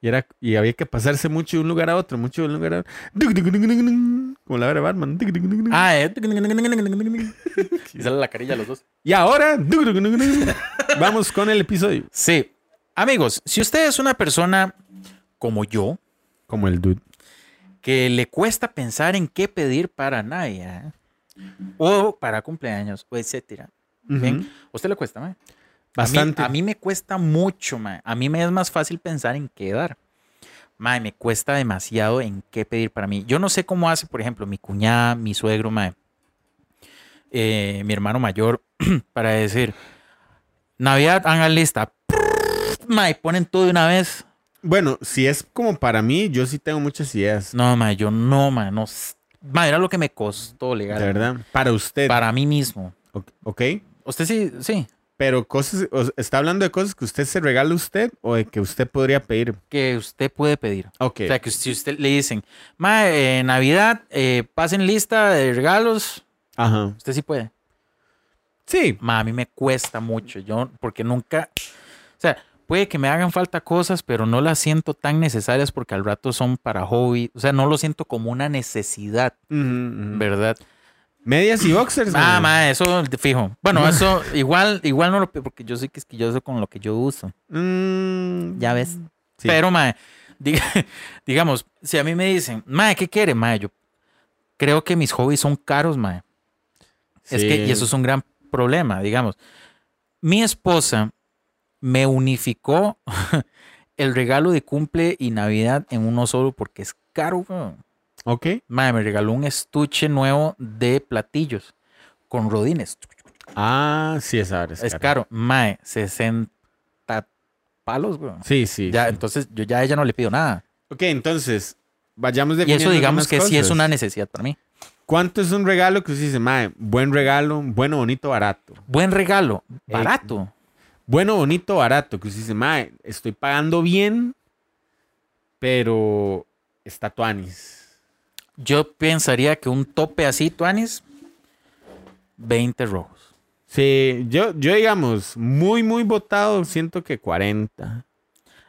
Y, era, y había que pasarse mucho de un lugar a otro, mucho de un lugar a otro. Duc, duc, duc, duc, duc, duc, Como la vara de Batman. Duc, duc, duc, duc. Ah, eh. Y sale la carilla a los dos. Y ahora duc, duc, duc, duc, duc. vamos con el episodio. Sí. Amigos, si usted es una persona como yo, Como el dude. que le cuesta pensar en qué pedir para Navidad o para cumpleaños o etcétera. Bien. Ujú. ¿A usted le cuesta, mae? A mí- Bastante. A mí, me cuesta mucho, mae. A mí me es más fácil pensar en qué dar. Mae, me cuesta demasiado en qué pedir para mí. Yo no sé cómo hace, por ejemplo, mi cuñada, mi suegro, mae, eh, mi hermano mayor, para decir, Navidad, hagan lista. Mae, ponen todo de una vez. Bueno, si es como para mí, yo sí tengo muchas ideas. No, mae, yo no, mae, no. s- Mae, era lo que me costó De legal. verdad. Para usted. Para mí mismo. O- Ok. Usted sí, sí, Pero cosas, o sea, ¿está hablando de cosas que usted se regala a usted o de que usted podría pedir? que usted puede pedir. Ok. O sea, que si usted le dicen, ma, eh, Navidad, eh, pasen lista de regalos, Ajá. usted sí puede. Sí, Ma, a mí me cuesta mucho, yo, porque nunca, o sea, puede que me hagan falta cosas, pero no las siento tan necesarias porque al rato son para hobby, o sea, no lo siento como una necesidad, Ujú, ujú. ¿verdad? Medias y boxers. Ah, mae. mae, eso de fijo. Bueno, eso igual, igual no lo pi- porque yo soy quisquilloso con lo que yo uso. Mm, Ya ves. sí. Pero, mae, diga- digamos, si a mí me dicen, mae, ¿qué quiere? Mae, yo creo que mis hobbies son caros, mae. Es que, Sí. y eso es un gran problema, digamos. Mi esposa me unificó el regalo de cumple y Navidad en uno solo porque es caro, weón. Ok. Mae, me regaló un estuche nuevo de platillos con rodines. Ah, sí, es ahora. Es caro. Mae, 60 palos, weón. Sí, sí. Ya, sí. entonces yo ya a ella no le pido nada. Ok, entonces, vayamos Y definiendo eso digamos algunas que sí es cosas. una necesidad para mí. ¿Cuánto es un regalo que usted dice, mae, buen regalo, bueno, bonito, barato? Buen regalo, Eh, barato. Bueno, bonito, barato, que usted dice, mae, estoy pagando bien, pero está tuanis. Yo pensaría que un tope así, Tuanis, 20 rojos. Sí, yo, yo digamos, muy, muy votado, siento que 40.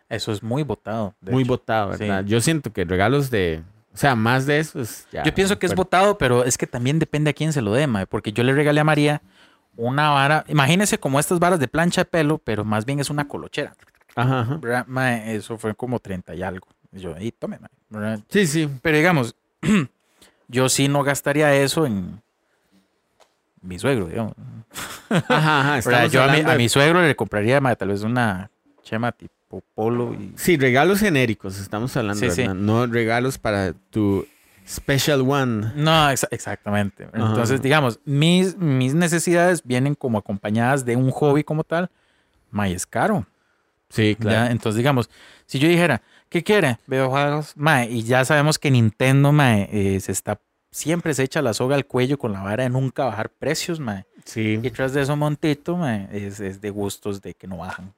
Eso es muy votado. de muy hecho. votado, sí. ¿verdad? Yo siento que regalos de, o sea, más de eso es ya Yo pienso que es fuerte. votado, pero es que también depende a quién se lo dé, mae, porque yo le regalé a María una vara, imagínense como estas varas de plancha de pelo, pero más bien es una colochera. Ajá, ajá. ¿verdad? Mae, eso fue como 30 y algo. Y yo, ahí, tome, mae, ¿verdad? Sí, sí. Pero digamos, yo sí no gastaría eso en mi suegro, digamos. Ajá, ajá. ¿verdad? estamos Yo a mi, hablando a de- mi suegro le compraría mae, tal vez una chema tipo polo y... Sí, regalos genéricos, estamos hablando, Sí, sí. ¿verdad? No regalos para tu special one. No, exa- exactamente. Ajá. Entonces, digamos, mis, mis necesidades vienen como acompañadas de un hobby como tal. Mae, es caro. Sí, ¿ya? Entonces, digamos, si yo dijera, ¿qué quiere? Videojuegos. Mae, y ya sabemos que Nintendo, mae, eh, se está... Siempre se echa la soga al cuello con la vara de nunca bajar precios, mae. Sí. Y tras de eso, Montito, mae, es, es de gustos de que no bajan.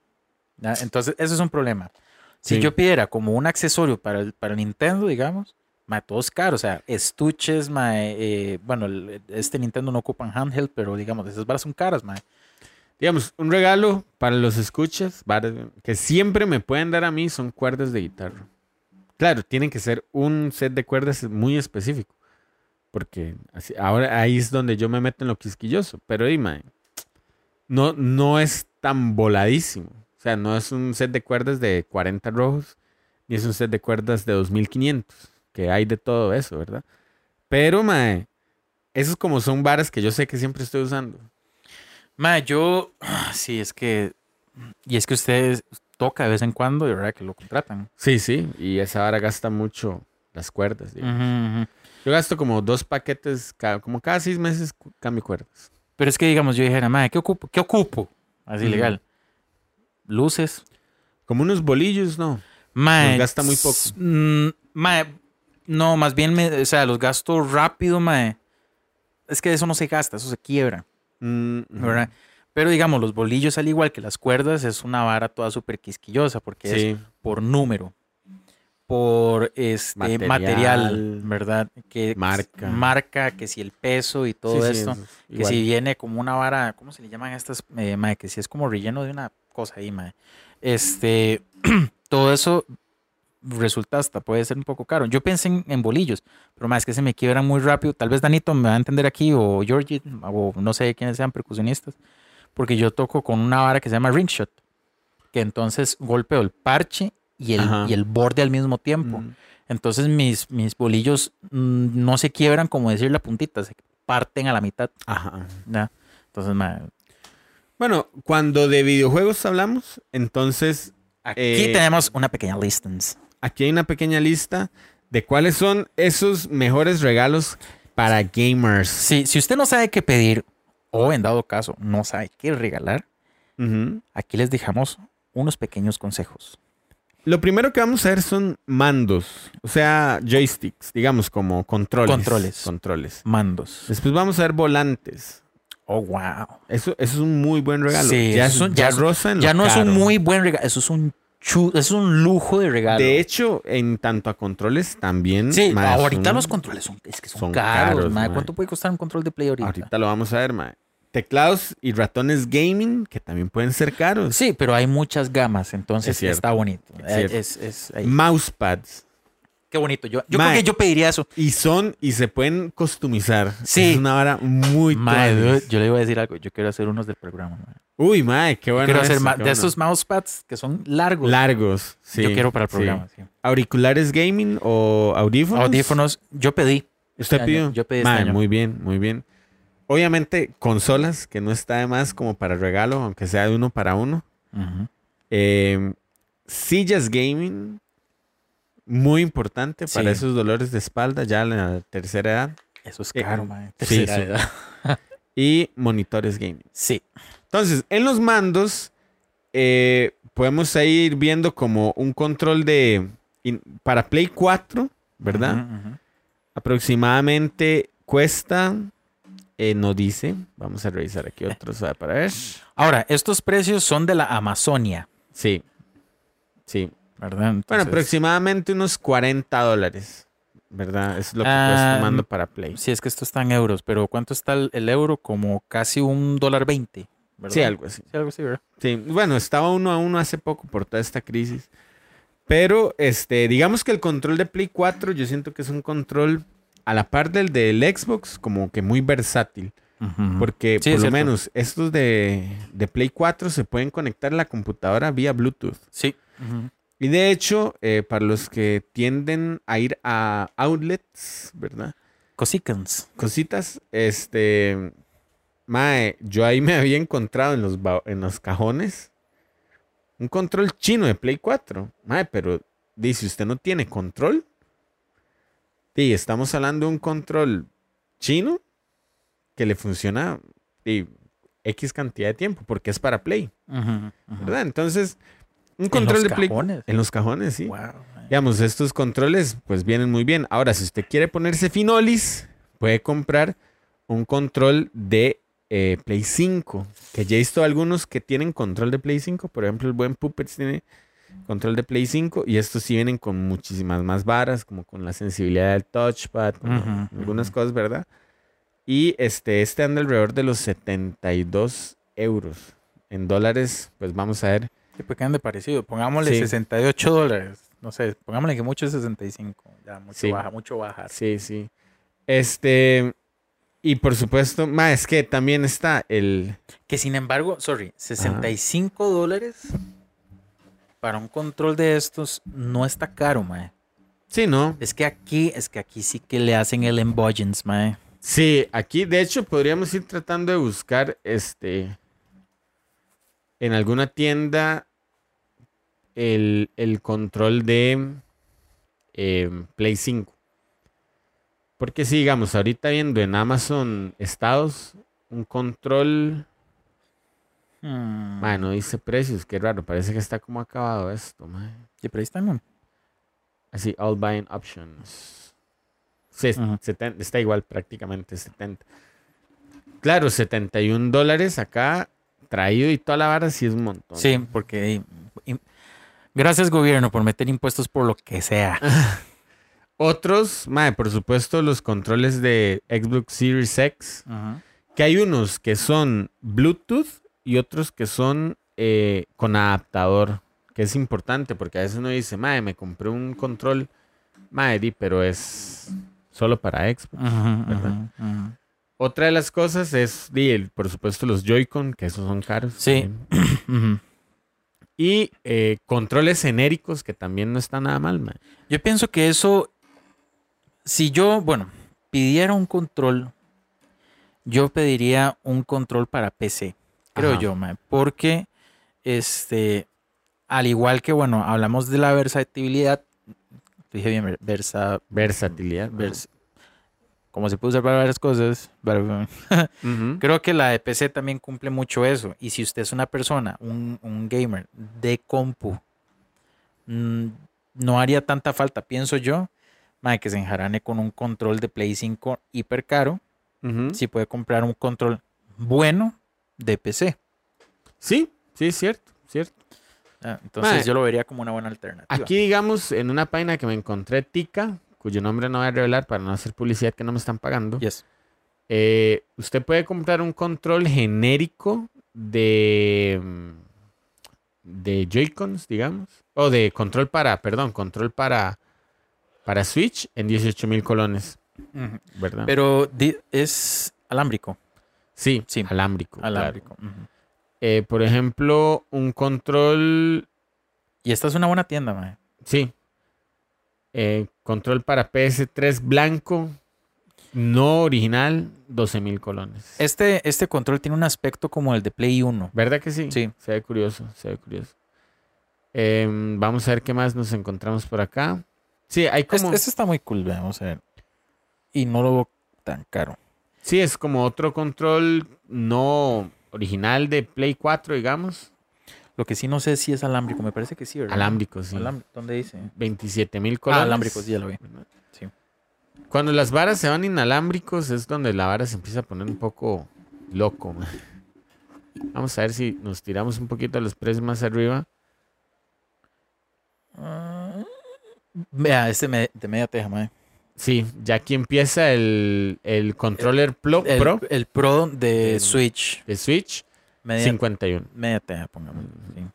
¿ya? Entonces, eso es un problema. Si Sí. yo pidiera como un accesorio para el, para el Nintendo, digamos, mae, todo es caro. O sea, estuches, mae, eh, bueno, el- este Nintendo no ocupan handheld, pero digamos, esas varas son caras, mae. Digamos, un regalo para los escuchas varios, que siempre me pueden dar a mí son cuerdas de guitarra. Claro, tienen que ser un set de cuerdas muy específico. Porque así- ahora ahí es donde yo me meto en lo quisquilloso. Pero dime, no, no es tan voladísimo. O sea, no es un set de cuerdas de 40 rojos, ni es un set de cuerdas de 2500, que hay de todo eso, ¿verdad? Pero, mae, esos como son varas que yo sé que siempre estoy usando. Mae, yo, sí, es que, y es que ustedes toca de vez en cuando, de verdad que lo contratan. Sí, sí, y esa vara gasta mucho las cuerdas. digo. Ujú, ujú. Yo gasto como dos paquetes, cada, como cada seis meses cu- cambio cuerdas. Pero es que, digamos, yo dijera, mae, ¿qué ocupo? ¿Qué ocupo? Así Ujú. legal. Luces. Como unos bolillos, ¿no? Mae, Los gasta muy poco. s- mm, mae, no, más bien, me- o sea, los gasto rápido, mae. Es que eso no se gasta, eso se quiebra, Mm, ujú. ¿verdad? Pero digamos, los bolillos, al igual que las cuerdas, es una vara toda súper quisquillosa, porque es Sí, por número, por este material, Material, ¿verdad? Que marca. marca, que si el peso y todo sí, sí, esto. es que igual. si viene como una vara, ¿cómo se le llaman a estas? eh, mae? que si es como relleno de una cosa ahí, mae. Este, todo eso resulta hasta puede ser un poco caro. Yo pensé en, en bolillos, pero más que se me quiebran muy rápido. Tal vez Danito me va a entender aquí, o Georgie, o no sé quiénes sean percusionistas, porque yo toco con una vara que se llama ring shot, que entonces golpeo el parche y el, Ajá. y el borde al mismo tiempo. Mm. Entonces mis, mis bolillos mm, no se quiebran, como decir la puntita, se parten a la mitad. Ajá. ¿ya? Entonces, mae, Bueno, cuando de videojuegos hablamos, entonces aquí Eh, tenemos una pequeña listens. aquí hay una pequeña lista de cuáles son esos mejores regalos para gamers. Si, si usted no sabe qué pedir, o en dado caso, no sabe qué regalar, Ujú. aquí les dejamos unos pequeños consejos. Lo primero que vamos a ver son mandos, o sea, joysticks, digamos como controles. Controles. Controles. Mandos. Después vamos a ver volantes. Oh, wow. Eso, eso es un muy buen regalo. Sí, ya eso es- es- ya ya es- roza en lo Ya no es caro. un muy buen regalo, eso es un chu- es un lujo de regalo. De hecho, en tanto a controles también. sí, mae, es ahorita un- los controles son, es que son, son caros, caros, mae. mae. ¿Cuánto puede costar un control de play ahorita? Ahorita lo vamos a ver, mae. Teclados y ratones gaming que también pueden ser caros. Sí, pero hay muchas gamas, entonces Es cierto, está bonito. es Eh, cierto. Es, es ahí. Mousepads Qué bonito. Yo, yo creo Mae. que yo pediría eso. Y son, y se pueden customizar. Sí. Es una vara muy Mae, tuanis. yo, yo le iba a decir algo. Yo quiero hacer unos del programa. mae. Uy, mae, qué bueno. quiero hacer eso, ma- qué de bueno. esos mousepads que son largos. largos. Sí, yo quiero para el sí. programa. sí. ¿Auriculares gaming o audífonos? Audífonos, yo pedí. ¿Usted Este pidió? año, yo pedí este Mae, año. Muy bien, muy bien. Obviamente, consolas, que no está de más como para regalo, aunque sea de uno para uno. Eh, sillas gaming, muy importante para Sí. esos dolores de espalda ya en la tercera edad. Eso es Eh, caro, mae. sí, Tercera sí. edad. Y monitores gaming. Sí. Entonces, en los mandos eh, podemos ahí ir viendo como un control de... in- para Play 4, ¿verdad? Ujú, ujú. Aproximadamente cuesta... eh, no dice. Vamos a revisar aquí otros ah, para ver. Ahora, estos precios son de la Amazonia, Sí. Sí. ¿verdad? Bueno, Entonces, aproximadamente unos 40 dólares, ¿verdad? Es lo que Ah, cuesta un mando mm, para Play. Sí, es que esto está en euros, pero ¿cuánto está el, el euro? Como casi un dólar veinte, ¿verdad? Sí, algo así. Sí, algo así, ¿verdad? Sí, bueno, estaba uno a uno hace poco por toda esta crisis. Pero, este, digamos que el control de Play 4 yo siento que es un control a la par del del Xbox, como que muy versátil. Porque Sí, es por lo cierto. menos estos de, de Play 4 se pueden conectar a la computadora vía Bluetooth. Sí. Y de hecho, eh, para los que tienden a ir a outlets, ¿verdad? Cosicans. Cositas, este... Mae, yo ahí me había encontrado en los, ba- en los cajones un control chino de Play 4. Mae, pero dice, ¿usted no tiene control? Sí, estamos hablando de un control chino que le funciona sí, X cantidad de tiempo porque es para Play, ¿verdad? Entonces, un control de Play... En los cajones, sí. Digamos, estos controles pues vienen muy bien. Ahora, si usted quiere ponerse finolis, puede comprar un control de eh, Play 5. Que ya he visto algunos que tienen control de Play 5. Por ejemplo, el buen Puppets tiene control de Play 5. Y estos sí vienen con muchísimas más varas, como con la sensibilidad del touchpad, como Ujú, algunas ujú. cosas, ¿verdad? Y este, este anda alrededor de los 72 euros. En dólares, pues vamos a ver. Tipo que han de parecido. Pongámosle Sí. 68 dólares. No sé, pongámosle que mucho es 65. Ya, mucho Sí. baja, mucho baja. Sí, sí. Este. Y por supuesto, ma, es que también está el. Que sin embargo, sorry, 65 dólares para un control de estos no está caro, mae. Sí, ¿no? Es que aquí, es que aquí sí que le hacen el embodgence, mae. Sí, aquí de hecho podríamos ir tratando de buscar este. En alguna tienda. El, el control de em, Play 5. Porque sí, digamos, ahorita viendo en Amazon Estados, un control. Hmm. Bueno, dice precios, qué raro, parece que está como acabado esto, mae. Sí, pero ahí está, mae. Así, all buying options. Sí, es- Ajá. 70 está igual prácticamente 70. Claro, 71 dólares acá traído y toda la vara sí es un montón. Sí, porque y- gracias gobierno por meter impuestos por lo que sea. Otros, mae, por supuesto, los controles de Xbox Series X, que hay unos que son Bluetooth y otros que son eh, con adaptador, que es importante porque a veces uno dice, mae, me compré un control, mae, di, pero es solo para Xbox. Ujú, ¿Verdad? ujú, ujú. Otra de las cosas es, di, el- por supuesto, los Joy-Con, que esos son caros. Sí. también. Ujú. Y eh, controles genéricos, que también no está nada mal, man. Yo pienso que eso, si yo, bueno, pidiera un control, yo pediría un control para PC, creo Ajá. yo, mae, porque, este, al igual que, bueno, hablamos de la versatilidad, dije bien, ver- versa, Versatilidad. ajá. vers- como se puede usar para varias cosas, para- Ujú. Creo que la de PC también cumple mucho eso. Y si usted es una persona, un, un gamer de compu, mm, no haría tanta falta, pienso yo, mae, que se enjarane con un control de Play 5 hiper caro. Ujú. Si puede comprar un control bueno de PC. Sí, sí, es cierto, cierto. Ah, Entonces Mae. yo lo vería como una buena alternativa. Aquí, digamos, en una página que me encontré, Tica, cuyo nombre no voy a revelar para no hacer publicidad que no me están pagando, Yes. eh, usted puede comprar un control genérico de, mm, de Joy-Cons, digamos, o de control para, perdón, control para Para Switch en 18 mil colones, Ujú. ¿verdad? Ah. Pero di- es alámbrico. sí, sí. alámbrico. claro. Alámbrico. ujú. Eh, por ejemplo, un control. Y esta es una buena tienda, mae. Sí. Eh, control para PS3 blanco, no original, 12 mil colones. Este, este control tiene un aspecto como el de Play 1. ¿Verdad que sí? Sí. Se ve curioso, se ve curioso. Em, vamos a ver qué más nos encontramos por acá. Sí, hay como. Este, este está muy cool, vea, vamos a ver. Y no lo veo tan caro. Sí, es como otro control no original de Play 4, digamos. Lo que sí no sé si es alámbrico, me parece que sí, ¿verdad? Alámbrico, sí. Alam- ¿Dónde dice? 27 mil Ah, colones. alámbrico, sí, ya lo vi. ¿verdad? Sí. Cuando las varas se van inalámbricos es donde la vara se empieza a poner un poco loco. ma. Vamos a ver si nos tiramos un poquito a los precios más arriba. Ah, Vea, este me- de media teja, mae. Sí, ya aquí empieza el, el controller Plo- El Pro el Pro, de El- Switch. de Switch, Media, 51. media teja, pongamos. sí. Mm.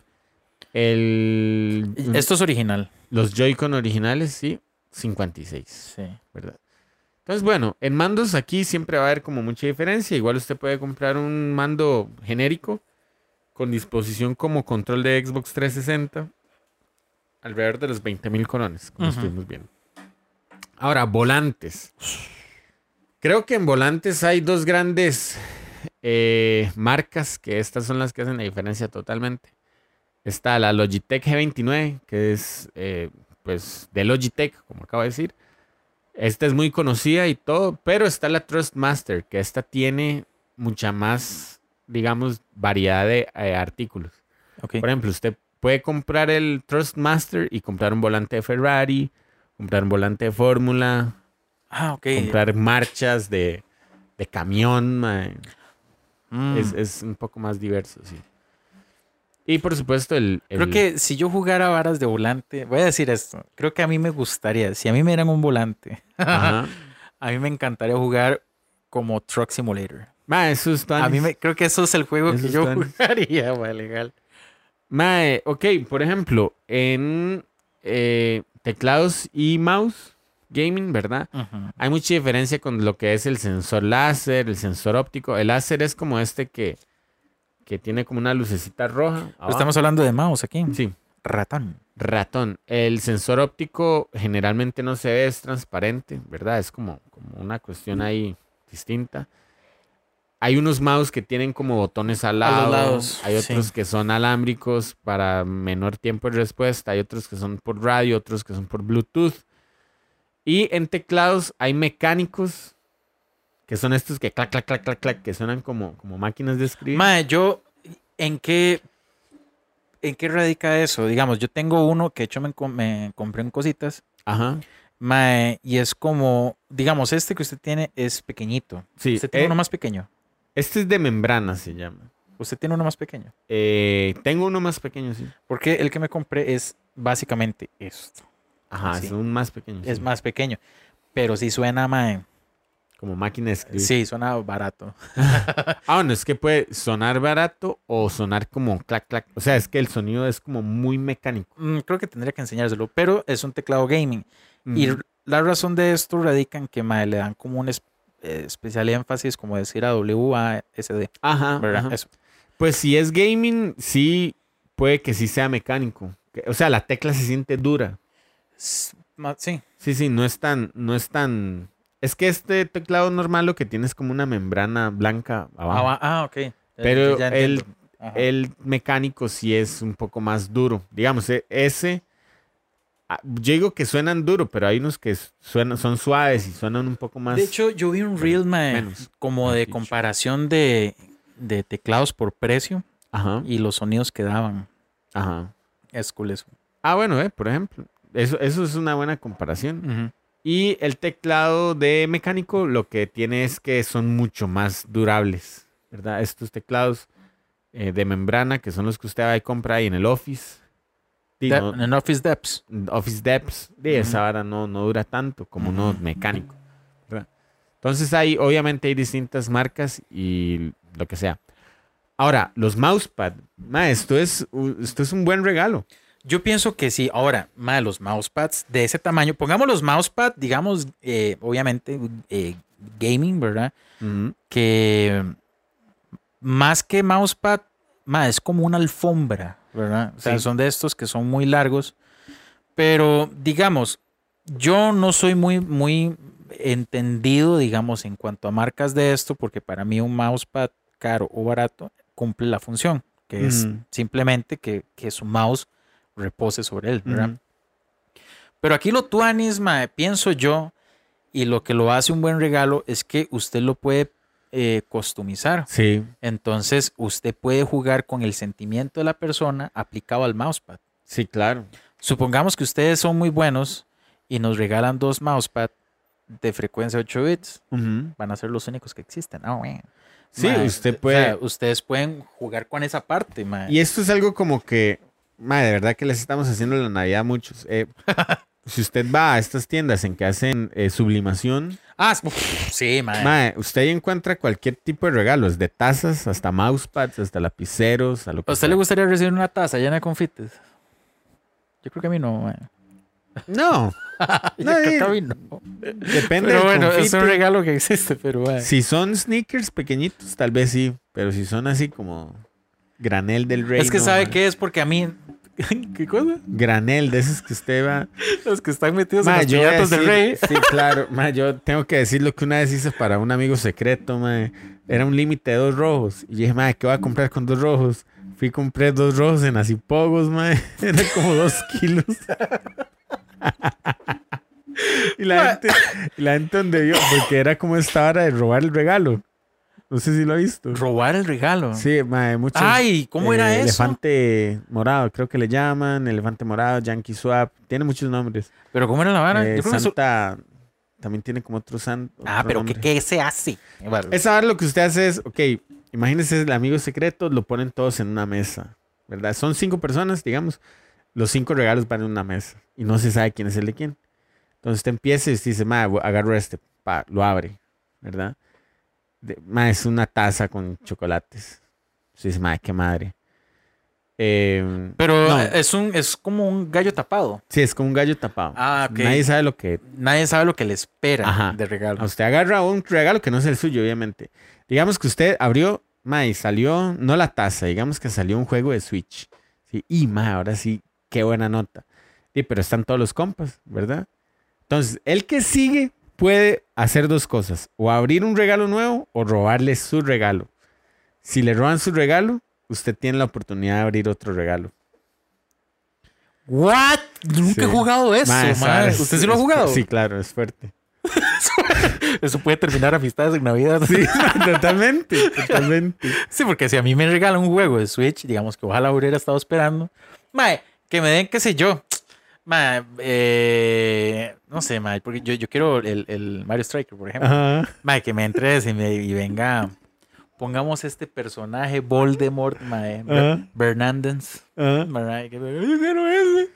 El, Y Esto es original. Los Joy-Con originales, sí, 56. Sí. ¿verdad? Entonces, bueno, en mandos aquí siempre va a haber como mucha diferencia. Igual usted puede comprar un mando genérico con disposición como control de Xbox 360 alrededor de los 20 mil colones, como Ujú. estuvimos viendo. Ahora, volantes. Creo que en volantes hay dos grandes eh, marcas que estas son las que hacen la diferencia totalmente. Está la Logitech G29, que es eh, pues de Logitech, como acabo de decir. Esta es muy conocida y todo, pero está la Trustmaster, que esta tiene mucha más, digamos, variedad de eh, artículos. Ok. Por ejemplo, usted puede comprar el Trustmaster y comprar un volante de Ferrari, comprar un volante de Fórmula, Ah, ok. comprar marchas de, de camión. mae. Mm. Es, es un poco más diverso, sí. Y por supuesto, el. el- Creo que si yo jugara varas de volante, voy a decir esto, creo que a mí me gustaría, si a mí me dieran un volante, Ajá. a mí me encantaría jugar como Truck Simulator. Mae, esos A mí tuanis. me, creo que eso es el juego que Esos yo tuanis. jugaría, güey, legal. Mae, ok, por ejemplo, en eh, teclados y mouse gaming, ¿verdad? Ujú. Hay mucha diferencia con lo que es el sensor láser, el sensor óptico. El láser es como este que, que tiene como una lucecita roja. Pero abajo. Pues Estamos hablando de mouse aquí. Sí, Ratón. ratón. El sensor óptico generalmente no se ve, es transparente, ¿verdad? Es como, como una Mm. cuestión ahí distinta. Hay unos mouse que tienen como botones al A los lado. lados, hay otros sí. que son alámbricos para menor tiempo de respuesta. Hay otros que son por radio, otros que son por Bluetooth. Y en teclados hay mecánicos que son estos que clac, clac, clac, clac, clac, que suenan como, como máquinas de escribir. Mae, yo, ¿en qué, ¿en qué radica eso? Digamos, yo tengo uno que de hecho me, com- me compré en cositas, Ajá. mae, y es como, digamos, este que usted tiene es pequeñito. Sí. Usted tiene eh, uno más pequeño. Este es de membrana, se llama. Usted tiene uno más pequeño. Eh, tengo uno más pequeño, sí. Porque el que me compré es básicamente esto. Ajá, Sí. es un más pequeño. Es sí. más pequeño. Pero sí suena, mae. Como máquina de escribir. Sí, suena barato. Ah, bueno, es que puede sonar barato o sonar como clac, clac. O sea, es que el sonido es como muy mecánico. Mm, Creo que tendría que enseñárselo. Pero es un teclado gaming. Y r- la razón de esto radica en que, mae, le dan como un es- eh, especial énfasis, como decir a WASD. Ajá. ¿Verdad? Ah, ajá. Eso. Pues si es gaming, sí puede que sí sea mecánico. Que- O sea, la tecla se siente dura. S- ma- Sí. Sí, sí, no es tan, no es tan. Es que este teclado normal lo que tiene es como una membrana blanca Ah, abajo. va- ah, ok. Ya- Pero ya el- entiendo. Ajá. El mecánico sí es un poco más duro. Digamos, e- ese. ah, Yo digo que suenan duro, pero hay unos que s- suenan, son suaves y suenan un poco más. de hecho, eh, yo vi un reel, mae, menos, como mejor de dicho. comparación de, de teclados por precio Ajá, y los sonidos que daban. ajá. Es cool eso. Ah, bueno, eh, por ejemplo. Eso, eso es una buena comparación. Ujú. Y el teclado de mecánico lo que tiene es que son mucho más durables, ¿verdad? Estos teclados eh, de membrana que son los que usted va y compra ahí en el Office. Digo, Dep- En Office Depths. Office Depths, de esa vara no, no dura tanto como uno mecánico. ¿verdad? Entonces hay, obviamente hay distintas marcas y lo que sea. Ahora, los mousepad. Ma, esto es, u- esto es un buen regalo. Yo pienso que sí. Ahora, más los mousepads de ese tamaño, pongamos los mousepads, digamos, eh, obviamente, eh, gaming, ¿verdad? Ujú. Que más que mousepad, ma, es como una alfombra, ¿verdad? O sea, Sí. son de estos que son muy largos. Pero, digamos, yo no soy muy, muy entendido, digamos, en cuanto a marcas de esto, porque para mí un mousepad caro o barato cumple la función, que es Ujú. simplemente que, que su mouse repose sobre él, ¿verdad? Ujú. Pero aquí lo tuanis, mae, pienso yo, y lo que lo hace un buen regalo es que usted lo puede eh, customizar. Sí, Entonces, usted puede jugar con el sentimiento de la persona aplicado al mousepad. sí, claro. Supongamos que ustedes son muy buenos y nos regalan dos mousepad de frecuencia 8 bits. Ujú. Van a ser los únicos que existen. Ah, bueno. Sí, Mae, usted o sea, puede. ustedes pueden jugar con esa parte, mae. Y esto es algo como que, madre, de verdad que les estamos haciendo la Navidad a muchos. Eh, si usted va a estas tiendas en que hacen eh, sublimación, Ah, s- uf, sí, mae. madre, usted ahí encuentra cualquier tipo de regalos, de tazas hasta mousepads, hasta lapiceros, a lo que ¿A usted le gustaría recibir una taza llena de confites? Yo creo que a mí no, mae. sea. No, Yo No, creo y- que a mí no. depende Pero del bueno, es un confite. regalo que existe, pero mae. Si son sneakers pequeñitos, tal vez sí, pero si son así como granel del rey. Es que no, sabe madre. qué es porque a mí. ¿Qué cosa? Granel, de esos que usted va. Los que están metidos Ma, en los yo voy a piñatas del rey. decir- Sí, claro. ma, yo tengo que decir lo que una vez hice para un amigo secreto, ma. Era un límite de dos rojos. Y yo dije, ma, ¿qué voy a comprar con dos rojos? Fui y compré dos rojos en Azipogos, ma. Era como dos kilos. y, la gente, y la gente donde vio, porque era como esta hora de robar el regalo. No sé si lo ha visto. Robar el regalo. Sí, ma, muchos. Ay, ¿cómo era eh, eso? Elefante morado, creo que le llaman. Elefante morado, Yankee Swap. Tiene muchos nombres. Pero ¿cómo era la vara? Eh, Ah, Yo creo que eso- Santa también tiene como otro santo. Ah, pero ¿qué, qué se hace? Esa hora lo que usted hace es, ok, imagínense el amigo secreto, lo ponen todos en una mesa, ¿verdad? Son cinco personas, digamos, los cinco regalos van en una mesa y no se sabe quién es el de quién. Entonces usted empieza y usted dice, ma, voy- agarro este, pa, lo abre, ¿verdad? De- ma, es una taza con chocolates. Usted dice, ma, qué madre. Eh, Pero No. es un es como un gallo tapado. sí, es como un gallo tapado. Ah, ok. Nadie sabe lo que Nadie sabe lo que le espera Ajá. de regalo. A usted agarra un regalo que no es el suyo, obviamente. Digamos que usted abrió, ma, y salió, no la taza, digamos que salió un juego de Switch. Sí, y, ma, ahora sí, qué buena nota. Sí, pero están todos los compas, ¿verdad? Entonces, el que sigue puede hacer dos cosas, o abrir un regalo nuevo o robarle su regalo. Si le roban su regalo, usted tiene la oportunidad de abrir otro regalo. ¿What? Nunca Sí. he jugado eso, Ma, esa madre. es- ¿Usted sí lo ha es- jugado? Sí, claro, es fuerte. Eso puede terminar amistades en Navidad. Sí, totalmente, totalmente. Sí, porque si a mí me regalan un juego de Switch, digamos que ojalá hubiera estado esperando, mae, que me den, qué sé yo, mae, eh, no sé, mae, porque yo, yo quiero el, el Mario Striker, por ejemplo, Ajá. mae, que me entres y, me- y venga, pongamos este personaje Voldemort, mae, Ber- Ajá. Bernández, ajá. mae, que me- yo quiero ese.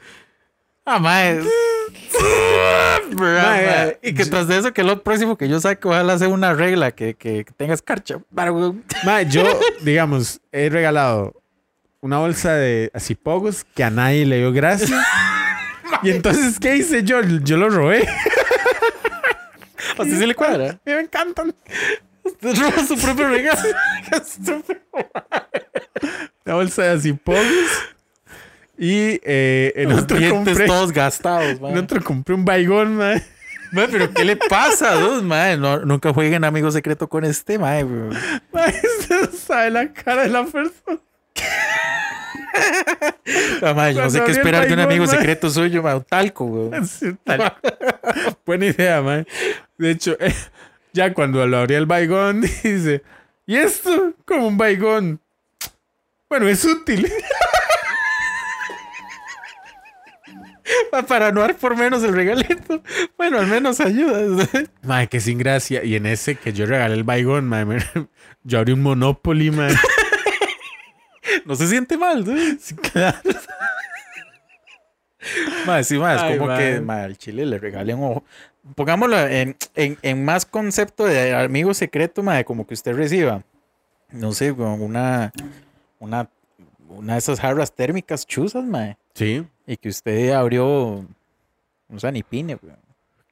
Ah, mae. ¿verdad, Mae, mae? Y que yo- tras de eso, que lo próximo que yo saque, ojalá sea una regla que, que tengas carcha. para- Ma, yo, digamos, he regalado una bolsa de pocos que a nadie le dio gracia. y entonces, ¿qué hice yo? Yo lo robé. ¿A usted sí le cuadra? Me encantan. Te roba Pues, su propio regalo. La bolsa de pocos Y eh, en, otro compré, todos gastados, en otro compré un baigón, ma. pero ¿qué le pasa, dos, mae? No- nunca jueguen amigo secreto con este, mae. bro. Ma, usted no sabe la cara de la persona. Ah, mae, yo no sé qué Cuando vi el esperar de un Baygon, amigo mae. secreto suyo, mae. Un talco, weón. Sí, tal. Buena idea, man. De hecho, eh, ya cuando lo abrí el baigón, dice, ¿y esto? Como un baigón. Bueno, es útil. Para no dar por menos el regalito. Bueno, al menos ayuda. Madre, que sin gracia. Y en ese que yo regalé el baigón, madre, me- yo abrí un Monopoly, madre. No se siente mal, ¿no? Mae, sí, mae, es Ay, como mae. que mae, al chile le regalen ojo. Pongámoslo en, en- en más concepto de amigo secreto, mae, como que usted reciba, no sé, weón, una, una, una de esas jarras térmicas chuzas, mae. Sí. Y que usted abrió un sanipine, weón.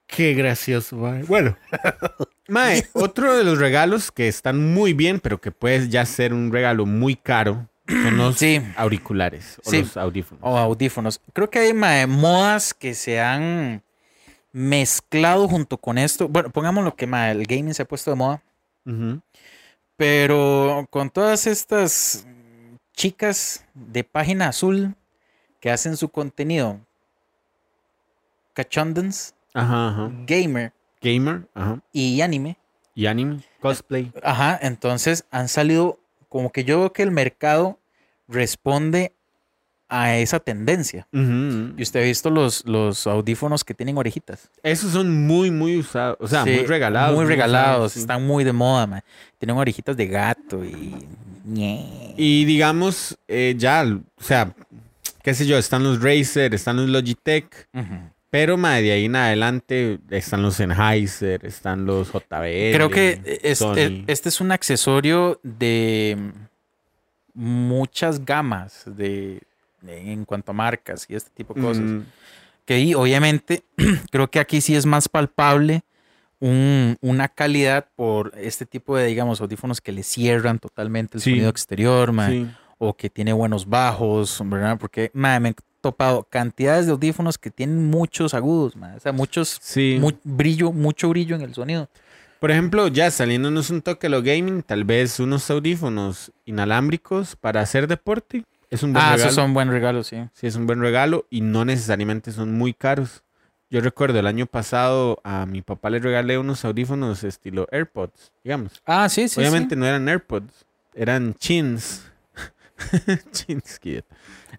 Qué gracioso, mae. Bueno. mae, otro de los regalos que están muy bien, pero que puede ya ser un regalo muy caro, son los Sí. auriculares o Sí. los audífonos. O audífonos. Creo que hay mae, modas que se han mezclado junto con esto. Bueno, pongámoslo que mae, el gaming se ha puesto de moda. Ujú. Pero con todas estas chicas de página azul que hacen su contenido cachondens, Ajá, ajá. gamer Gamer, ajá. y anime, Y anime. Cosplay. ajá, entonces han salido como que yo veo que el mercado responde a esa tendencia. Ujú, Y usted ha visto los, los audífonos que tienen orejitas. Esos son muy, muy usados. O sea, Sí, muy regalados. Muy regalados, usados, sí. están muy de moda, man. Tienen orejitas de gato y... ñe. Y digamos, eh, ya, o sea, qué sé yo, están los Razer, están los Logitech, Ujú. pero mae, de ahí en adelante están los Sennheiser, están los JBL. Creo que es- Sony. e- este es un accesorio de muchas gamas de, de- en cuanto a marcas y este tipo de cosas. Mm, Que y obviamente creo que aquí sí es más palpable un- una calidad por este tipo de, digamos, audífonos que le cierran totalmente el Sí. sonido exterior, mae, sí. o que tiene buenos bajos, ¿verdad? Porque, mae, me he topado cantidades de audífonos que tienen muchos agudos, mae, o sea, muchos, Sí. mu- brillo, mucho brillo en el sonido. Por ejemplo, ya saliéndonos un toque de lo gaming, tal vez unos audífonos inalámbricos para hacer deporte. Es un buen Ah, regalo. esos son buenos regalos, sí. Sí, es un buen regalo y no necesariamente son muy caros. Yo recuerdo el año pasado a mi papá le regalé unos audífonos estilo AirPods, digamos. Ah, sí, sí. Obviamente no eran AirPods, eran chins. chins, kid. sí.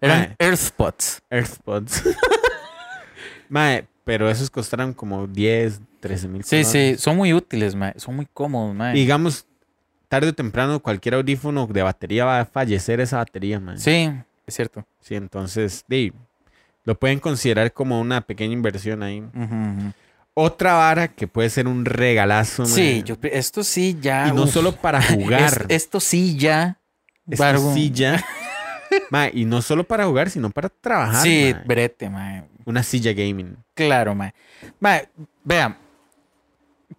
Eran Mae. AirPods. AirPods. Mae, pero esos costaron como 10, 13 mil Sí, sí, son muy útiles, mae. Son muy cómodos, mae. Digamos, tarde o temprano cualquier audífono de batería va a fallecer esa batería, mae. Sí, es cierto. Sí, entonces, di, lo pueden considerar como una pequeña inversión ahí. Ujú, ujú. Otra vara que puede ser un regalazo, mae. Sí, yo, esto sí ya. Y no uf, solo para es- jugar. esto sí ya. Esto barbo- sí ya. Mae, y no solo para jugar, sino para trabajar. sí, mae. brete, mae. Una silla gaming. Claro, mae. Mae, vean.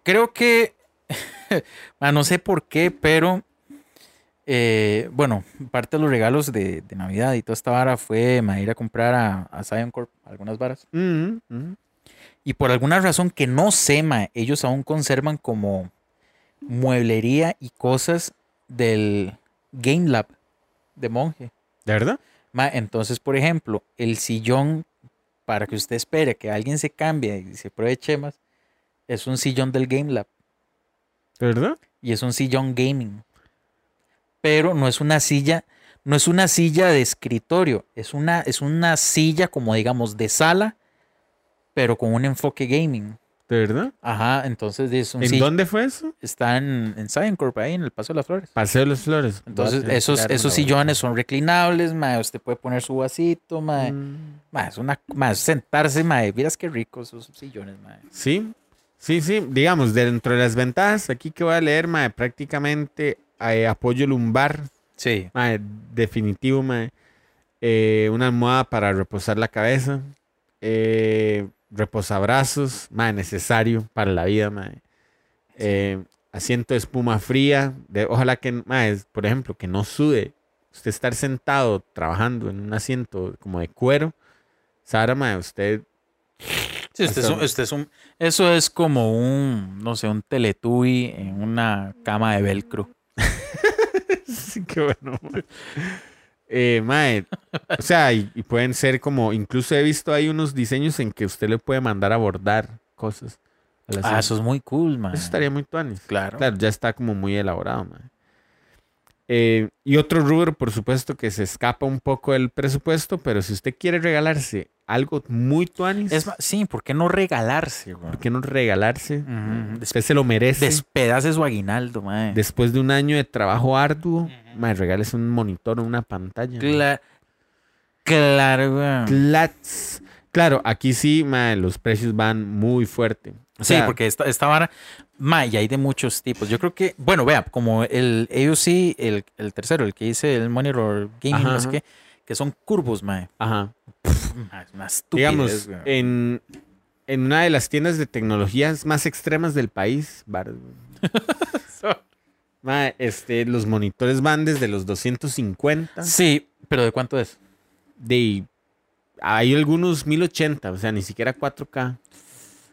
Creo que. mae, no sé por qué, pero. eh, bueno, parte de los regalos de, de Navidad y toda esta vara fue mae, ir a comprar a, a Zion Corp algunas varas. Mm, mm. Y por alguna razón que no sé, mae, ellos aún conservan como mueblería y cosas del Game Lab de monje. ¿De verdad? Mae, entonces, por ejemplo, el sillón para que usted espere que alguien se cambie y se pruebe chemas, es un sillón del Game Lab ¿De verdad? y es un sillón gaming. Pero no es una silla, no es una silla de escritorio, es una, es una silla como digamos de sala, pero con un enfoque gaming. ¿De verdad? Ajá, entonces es un ¿En sí- dónde fue eso? Está en, en Zion Corp, ahí en el Paso de las Flores. Paseo de las Flores. Voy a Entonces, tener que esos, darme esos una sillones son reclinables, mae. Usted puede poner su vasito, vuelta. mae. Mm. Mae, es una, mae, es sentarse, mae. Miras qué ricos esos sillones, mae. Sí, sí, sí. Digamos, dentro de las ventajas, aquí que voy a leer, mae, prácticamente eh, apoyo lumbar, Sí. mae, definitivo, mae. Eh, una almohada para reposar la cabeza. Eh, reposabrazos, mae, necesario para la vida, mae. Eh, asiento de espuma fría. de- ojalá que, mae, por ejemplo, que no sude. Usted estar sentado trabajando en un asiento como de cuero. Sara, mae, usted usted es un- Hasta- usted es un- eso es como un, no sé, un teletubi en una cama de velcro. Sí, qué bueno. mae. Eh, mae, o sea, y, y pueden ser como, incluso he visto hay unos diseños en que usted le puede mandar a bordar cosas. a la Ah, silla. eso es muy cool, mae. Eso estaría muy tuanis. claro. Claro, ya está como muy elaborado, mae. Eh, y otro rubro, por supuesto, que se escapa un poco del presupuesto, pero si usted quiere regalarse algo muy tuanis, Es ma- sí, ¿por qué no regalarse, güey? ¿por qué no regalarse? Ujú. Usted se lo merece. Despedace su aguinaldo, mae. Después de un año de trabajo arduo, mae, regálese un monitor o una pantalla. mae. Cla- claro, güey. Clats. Claro, aquí sí, mae, los precios van muy fuerte. O Sí, sea, porque esta, esta vara, Ma, y hay de muchos tipos. Yo creo que, bueno, vea, como el AUC, el, el tercero, el que hice el Monitor Gaming, Ajá, no sé ajá. qué, que son curvos, mae. Ajá. Ma, es más Digamos, eh, en, en una de las tiendas de tecnologías más extremas del país, bar- ma, este, los monitores van desde los 250 Sí, pero ¿de cuánto es? de... Hay algunos 1080, o sea, ni siquiera 4K.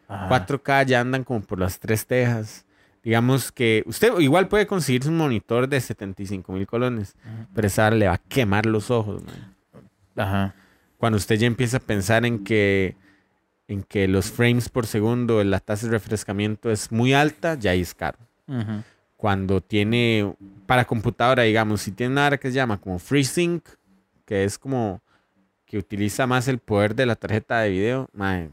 Ajá. 4K ya andan como por las tres tejas. Digamos que usted igual puede conseguirse un monitor de 75 mil colones, pero esa le va a quemar los ojos, man. Ajá. cuando usted ya empieza a pensar en que, en que los frames por segundo, la tasa de refrescamiento es muy alta, ya ahí es caro. Ujú. Cuando tiene, para computadora, digamos, si tiene una área que se llama como FreeSync, que es como que utiliza más el poder de la tarjeta de video, mae,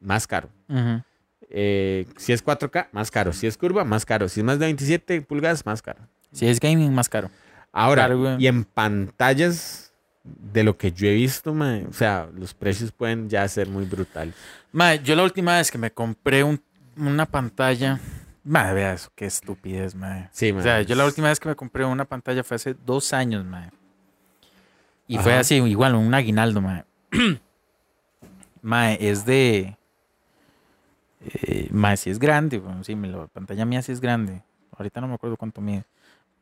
más caro. Ujú. Eh, si es 4K, más caro. Si es curva, más caro. Si es más de 27 pulgadas, más caro. Si es gaming, más caro. Ahora, Claro, güey. y en pantallas, de lo que yo he visto, mae, o sea, los precios pueden ya ser muy brutales. Ma, yo la última vez que me compré un- una pantalla. Ma, vea eso, qué estupidez, ma. Sí, O mae, sea, yo la es- última vez que me compré una pantalla fue hace dos años, mae. Y fue Ajá. así, igual, un aguinaldo, mae. mae, es de... Eh, mae, sí es grande, bueno, sí, me lo- la pantalla mía sí es grande. Ahorita no me acuerdo cuánto mide.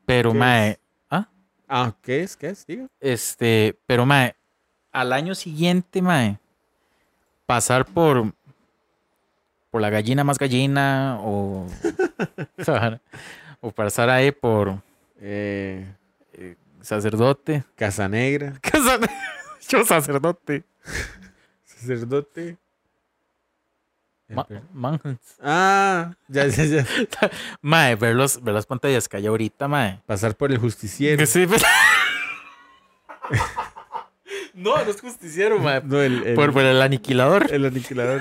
Pero, ¿Qué mae, Ah, ¿qué es? ¿Qué es? Diga. este, pero, mae, al año siguiente, mae, pasar por... Por la gallina más gallina o... o pasar ahí por Eh, sacerdote. Casanegra, Casa- Yo sacerdote. sacerdote. El Ma- per- man. Ah, ya, ya, ya. Mae, ver, los, ver las pantallas que hay ahorita, mae. Pasar por el justiciero. Sí, pues- no, no es justiciero, mae. No, el, el- Por, por el aniquilador. el aniquilador.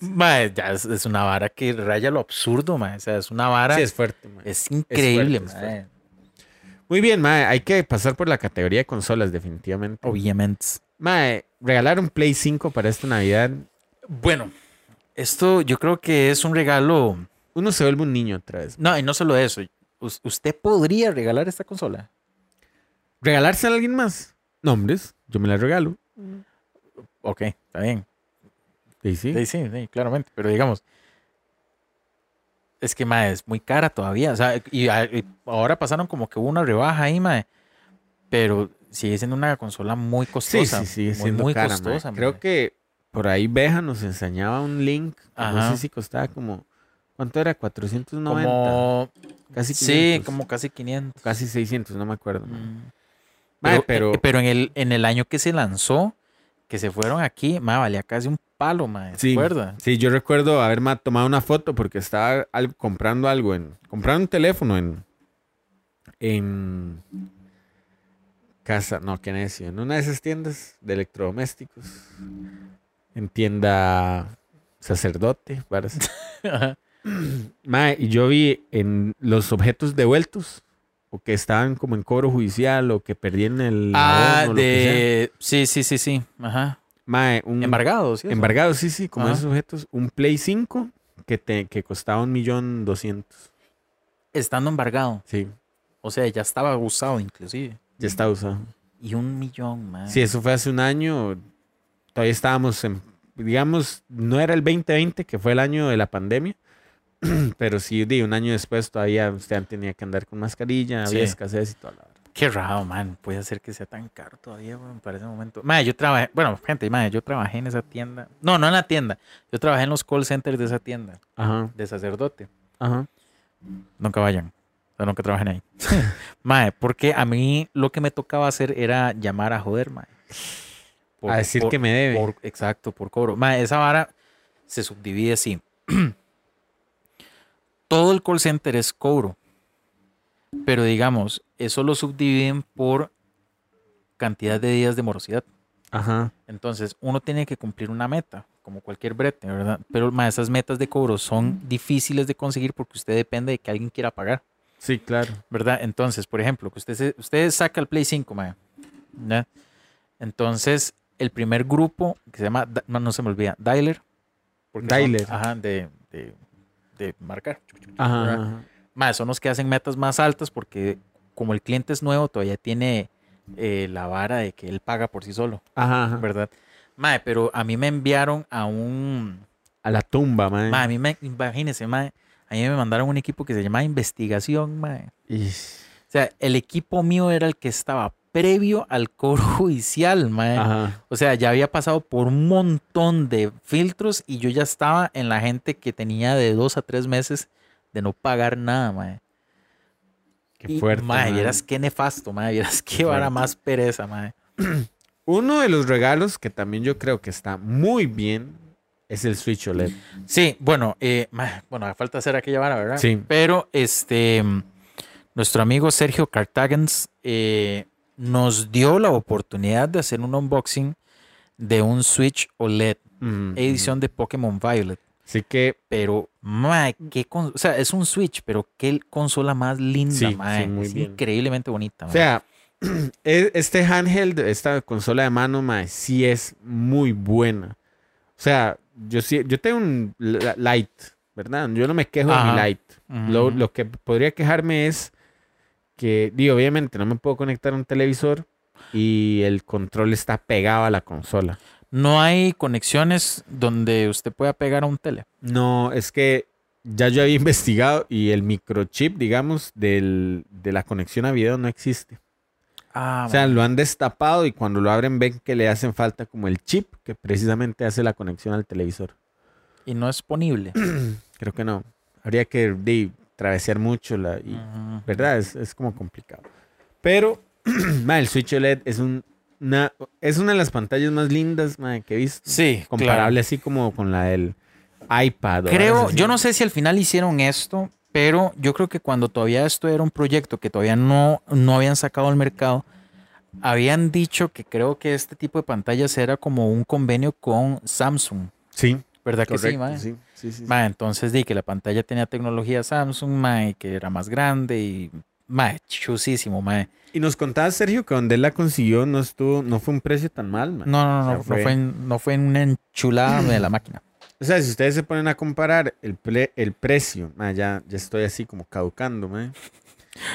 Mae, ya es, es una vara que raya lo absurdo, mae. O sea, es una vara. sí, es, es fuerte, mae. increíble, es mae. Muy bien, mae. Hay que pasar por la categoría de consolas, definitivamente. Obviamente. Mae, regalar un Play 5 para esta Navidad. Bueno, esto yo creo que es un regalo. Uno se vuelve un niño otra vez. No, y no solo eso. Us- ¿Usted podría regalar esta consola? ¿Regalarse a alguien más? Nombres, yo me la regalo. Ok, está bien. Y sí. Sí, sí, sí, claramente. Pero digamos, es que, mae, es muy cara todavía. O sea, y, a- y ahora pasaron como que hubo una rebaja ahí, mae. Pero sigue siendo una consola muy Sí, costosa. sí, sigue muy, siendo muy cara, mae. costosa, mae. Creo que por ahí Beja nos enseñaba un link. Ajá. No sé si costaba como. ¿Cuánto era? 490. como... casi 500. Sí, como casi 500. Casi 600, no me acuerdo. mae. Mm. Mae, Pero, pero, eh, pero en, el, en el año que se lanzó, que se fueron aquí, mae, valía casi un palo, mae. ¿Se Sí. acuerda? Sí, yo recuerdo haber ma- tomado una foto porque estaba al- comprando algo en. Comprando un teléfono en. En. Casa, no, qué necio. En una de esas tiendas de electrodomésticos. En tienda sacerdote. varas. Ajá. Mae, y yo vi en los objetos devueltos. O que estaban como en cobro judicial o que perdían el. ah, abono, lo que sea. de... Sí, sí, sí, sí. Ajá. Mae, un. Embargado, ¿sí? Embargado, sí, sí, como Ajá. esos objetos. Un Play 5 que, te, que costaba un millón doscientos. Estando embargado. Sí, O sea, ya estaba usado inclusive. ya está usado. Y un millón, man. Sí, eso fue hace un año. Todavía estábamos en, digamos, no era el 2020, que fue el año de la pandemia. Pero sí, di, un año después todavía usted tenía que andar con mascarilla, Sí. había escasez y toda la hora. Qué raro, man. Puede ser que sea tan caro todavía, weón, para ese momento. Man, yo trabajé, bueno, gente, man, yo trabajé en esa tienda. No, no en la tienda. Yo trabajé en los call centers de esa tienda, Ajá, de sacerdote. ajá. Nunca vayan. O sea, nunca trabajen ahí. mae, porque a mí lo que me tocaba hacer era llamar a joder, mae. Por- A decir por- que me debe. Por- exacto, por cobro. Mae, esa vara se subdivide así. Todo el call center es cobro. Pero digamos, eso lo subdividen por cantidad de días de morosidad. Ajá. Entonces, uno tiene que cumplir una meta, como cualquier brete, ¿verdad? Pero mae, esas metas de cobro son difíciles de conseguir porque usted depende de que alguien quiera pagar. Sí, claro. ¿verdad? Entonces, por ejemplo, que usted, se- usted saca el Play 5, mae, ¿ya? Entonces, el primer grupo que se llama, Di- no, no se me olvida, Dialer. porque son- Dialer. ajá, de, de, de marcar. Ajá, ¿verdad? ajá. Más, son los que hacen metas más altas porque como el cliente es nuevo, todavía tiene eh, la vara de que él paga por sí solo, Ajá, ajá. ¿verdad? Mae, pero a mí me enviaron a un... A la tumba, mae. Mae, a mí me... Imagínense, mae. A mí me mandaron un equipo que se llamaba Investigación, mae. Ish. O sea, el equipo mío era el que estaba previo al cobro judicial, mae. Ajá. O sea, ya había pasado por un montón de filtros y yo ya estaba en la gente que tenía de dos a tres meses de no pagar nada, mae. Qué Y, fuerte. Mae, mae. vieras qué nefasto, mae. Vieras qué, vara fuerte. más pereza, mae. Uno de los regalos que también yo creo que está muy bien es el Switch E OLED. Sí, bueno, eh, mae, bueno, falta hacer aquella vara, ¿verdad? Sí. Pero este, mm, nuestro amigo Sergio Cartagens eh, nos dio la oportunidad de hacer un unboxing de un Switch E OLED, Mm, edición de Pokémon Violet. mm. Así que Pero, mae, qué con- o sea, es un Switch, pero qué consola más linda, Sí, sí, mae. muy es bien. increíblemente bonita, O mae. sea, e- este handheld, esta consola de mano, mae, sí es muy buena. O sea, yo sí, yo tengo un la- light, ¿verdad? Yo no me quejo de Ajá. mi light. Ujú. Lo, lo que podría quejarme es que, di, obviamente no me puedo conectar a un televisor y el control está pegado a la consola. No hay conexiones donde usted pueda pegar a un tele. No, es que ya yo había investigado y el microchip, digamos, del- de la conexión a video no existe. Ah, O sea, lo han destapado y cuando lo abren ven que le hacen falta como el chip que precisamente hace la conexión al televisor. y no es ponible. Creo que no. Habría que di, travesear mucho la, y- Ujú. ¿verdad? Es, es como complicado. Pero, ma, el Switch OLED es, un, una, es una de las pantallas más lindas ma, que he visto. Sí, Comparable así como con la del iPad. o algo Creo, así. yo no sé si al final hicieron esto, pero yo creo que cuando todavía esto era un proyecto que todavía no, no habían sacado al mercado, habían dicho que creo que este tipo de pantallas era como un convenio con Samsung. Sí, ¿Verdad que sí, correcto. mae? sí, sí, sí, sí. Mae, entonces di que la pantalla tenía tecnología Samsung, mae, que era más grande y mae, chusísimo, mae. Y nos contaba Sergio que donde él la consiguió no estuvo, no fue un precio tan mal, ma. No, no, no, O sea, no fue- fue, en- no fue en una enchulada de la máquina. O sea, si ustedes se ponen a comparar el, ple- el precio, ma, ya, ya estoy así como caducando, ma.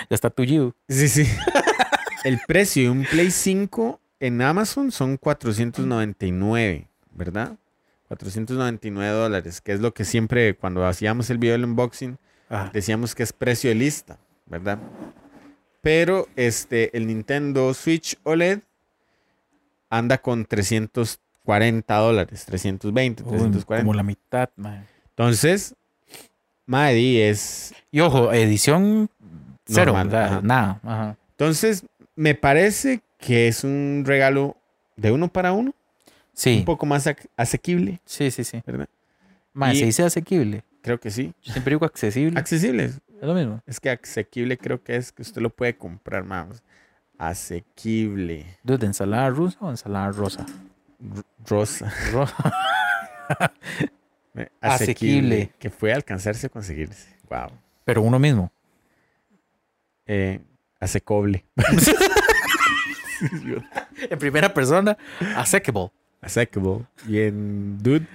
Ya está tuyo. Sí, sí. El precio de un Play 5 en Amazon son 499, ¿verdad? 499 dólares, que es lo que siempre cuando hacíamos el video del unboxing decíamos que es precio de lista, ¿verdad? Pero este, el Nintendo Switch OLED anda con 340 dólares, 320, Uy, 340. como la mitad, mae. Entonces, Maddy es. Y ojo, edición cero, Normal, o sea, ajá. nada. ajá. Entonces, me parece que es un regalo de uno para uno, Sí, un poco más ac- asequible, sí, sí, sí. ¿verdad? Mae, Y- se dice asequible. Creo que sí. Yo siempre digo accesible. Accesible. es lo mismo. Es que asequible creo que es que usted lo puede comprar más. Asequible. Dude, ¿ensalada rusa o ensalada rosa? R- Rosa. Rosa. Asequible. Asequible. Que puede alcanzarse o conseguirse. Wow. Pero uno mismo. Eh, asecoble. En primera persona, asequible. Asequible. Y en dude,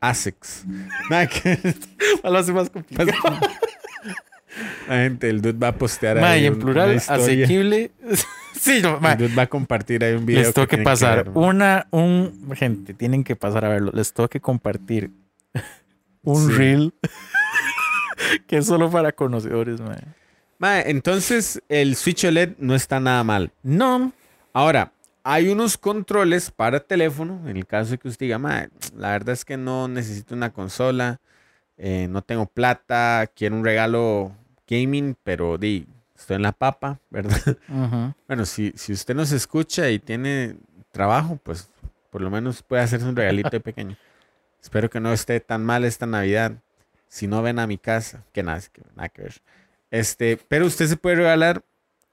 asex. Nada que- Lo hace más complicado. La gente, el dude va a postear Ma, y ahí en un- plural, una historia. asequible. sí, no, ma, El dude va a compartir ahí un video. les tengo que tienen pasar ver, ma. una, un. Gente, tienen que pasar a verlo. Les tengo que compartir un Sí. reel que es solo para conocedores, ma. Ma, entonces, el Switch OLED no está nada mal. No, Ahora, hay unos controles para teléfono. En el caso de que usted diga, "Ma, la verdad es que no necesito una consola. eh, no tengo plata. Quiero un regalo gaming, pero di, estoy en la papa, ¿verdad? Ujú. Bueno, si, si usted nos escucha y tiene trabajo, pues por lo menos puede hacerse un regalito ahí pequeño. Espero que no esté tan mal esta Navidad. Si no ven a mi casa, que nada, que, nada que ver. Este, pero usted se puede regalar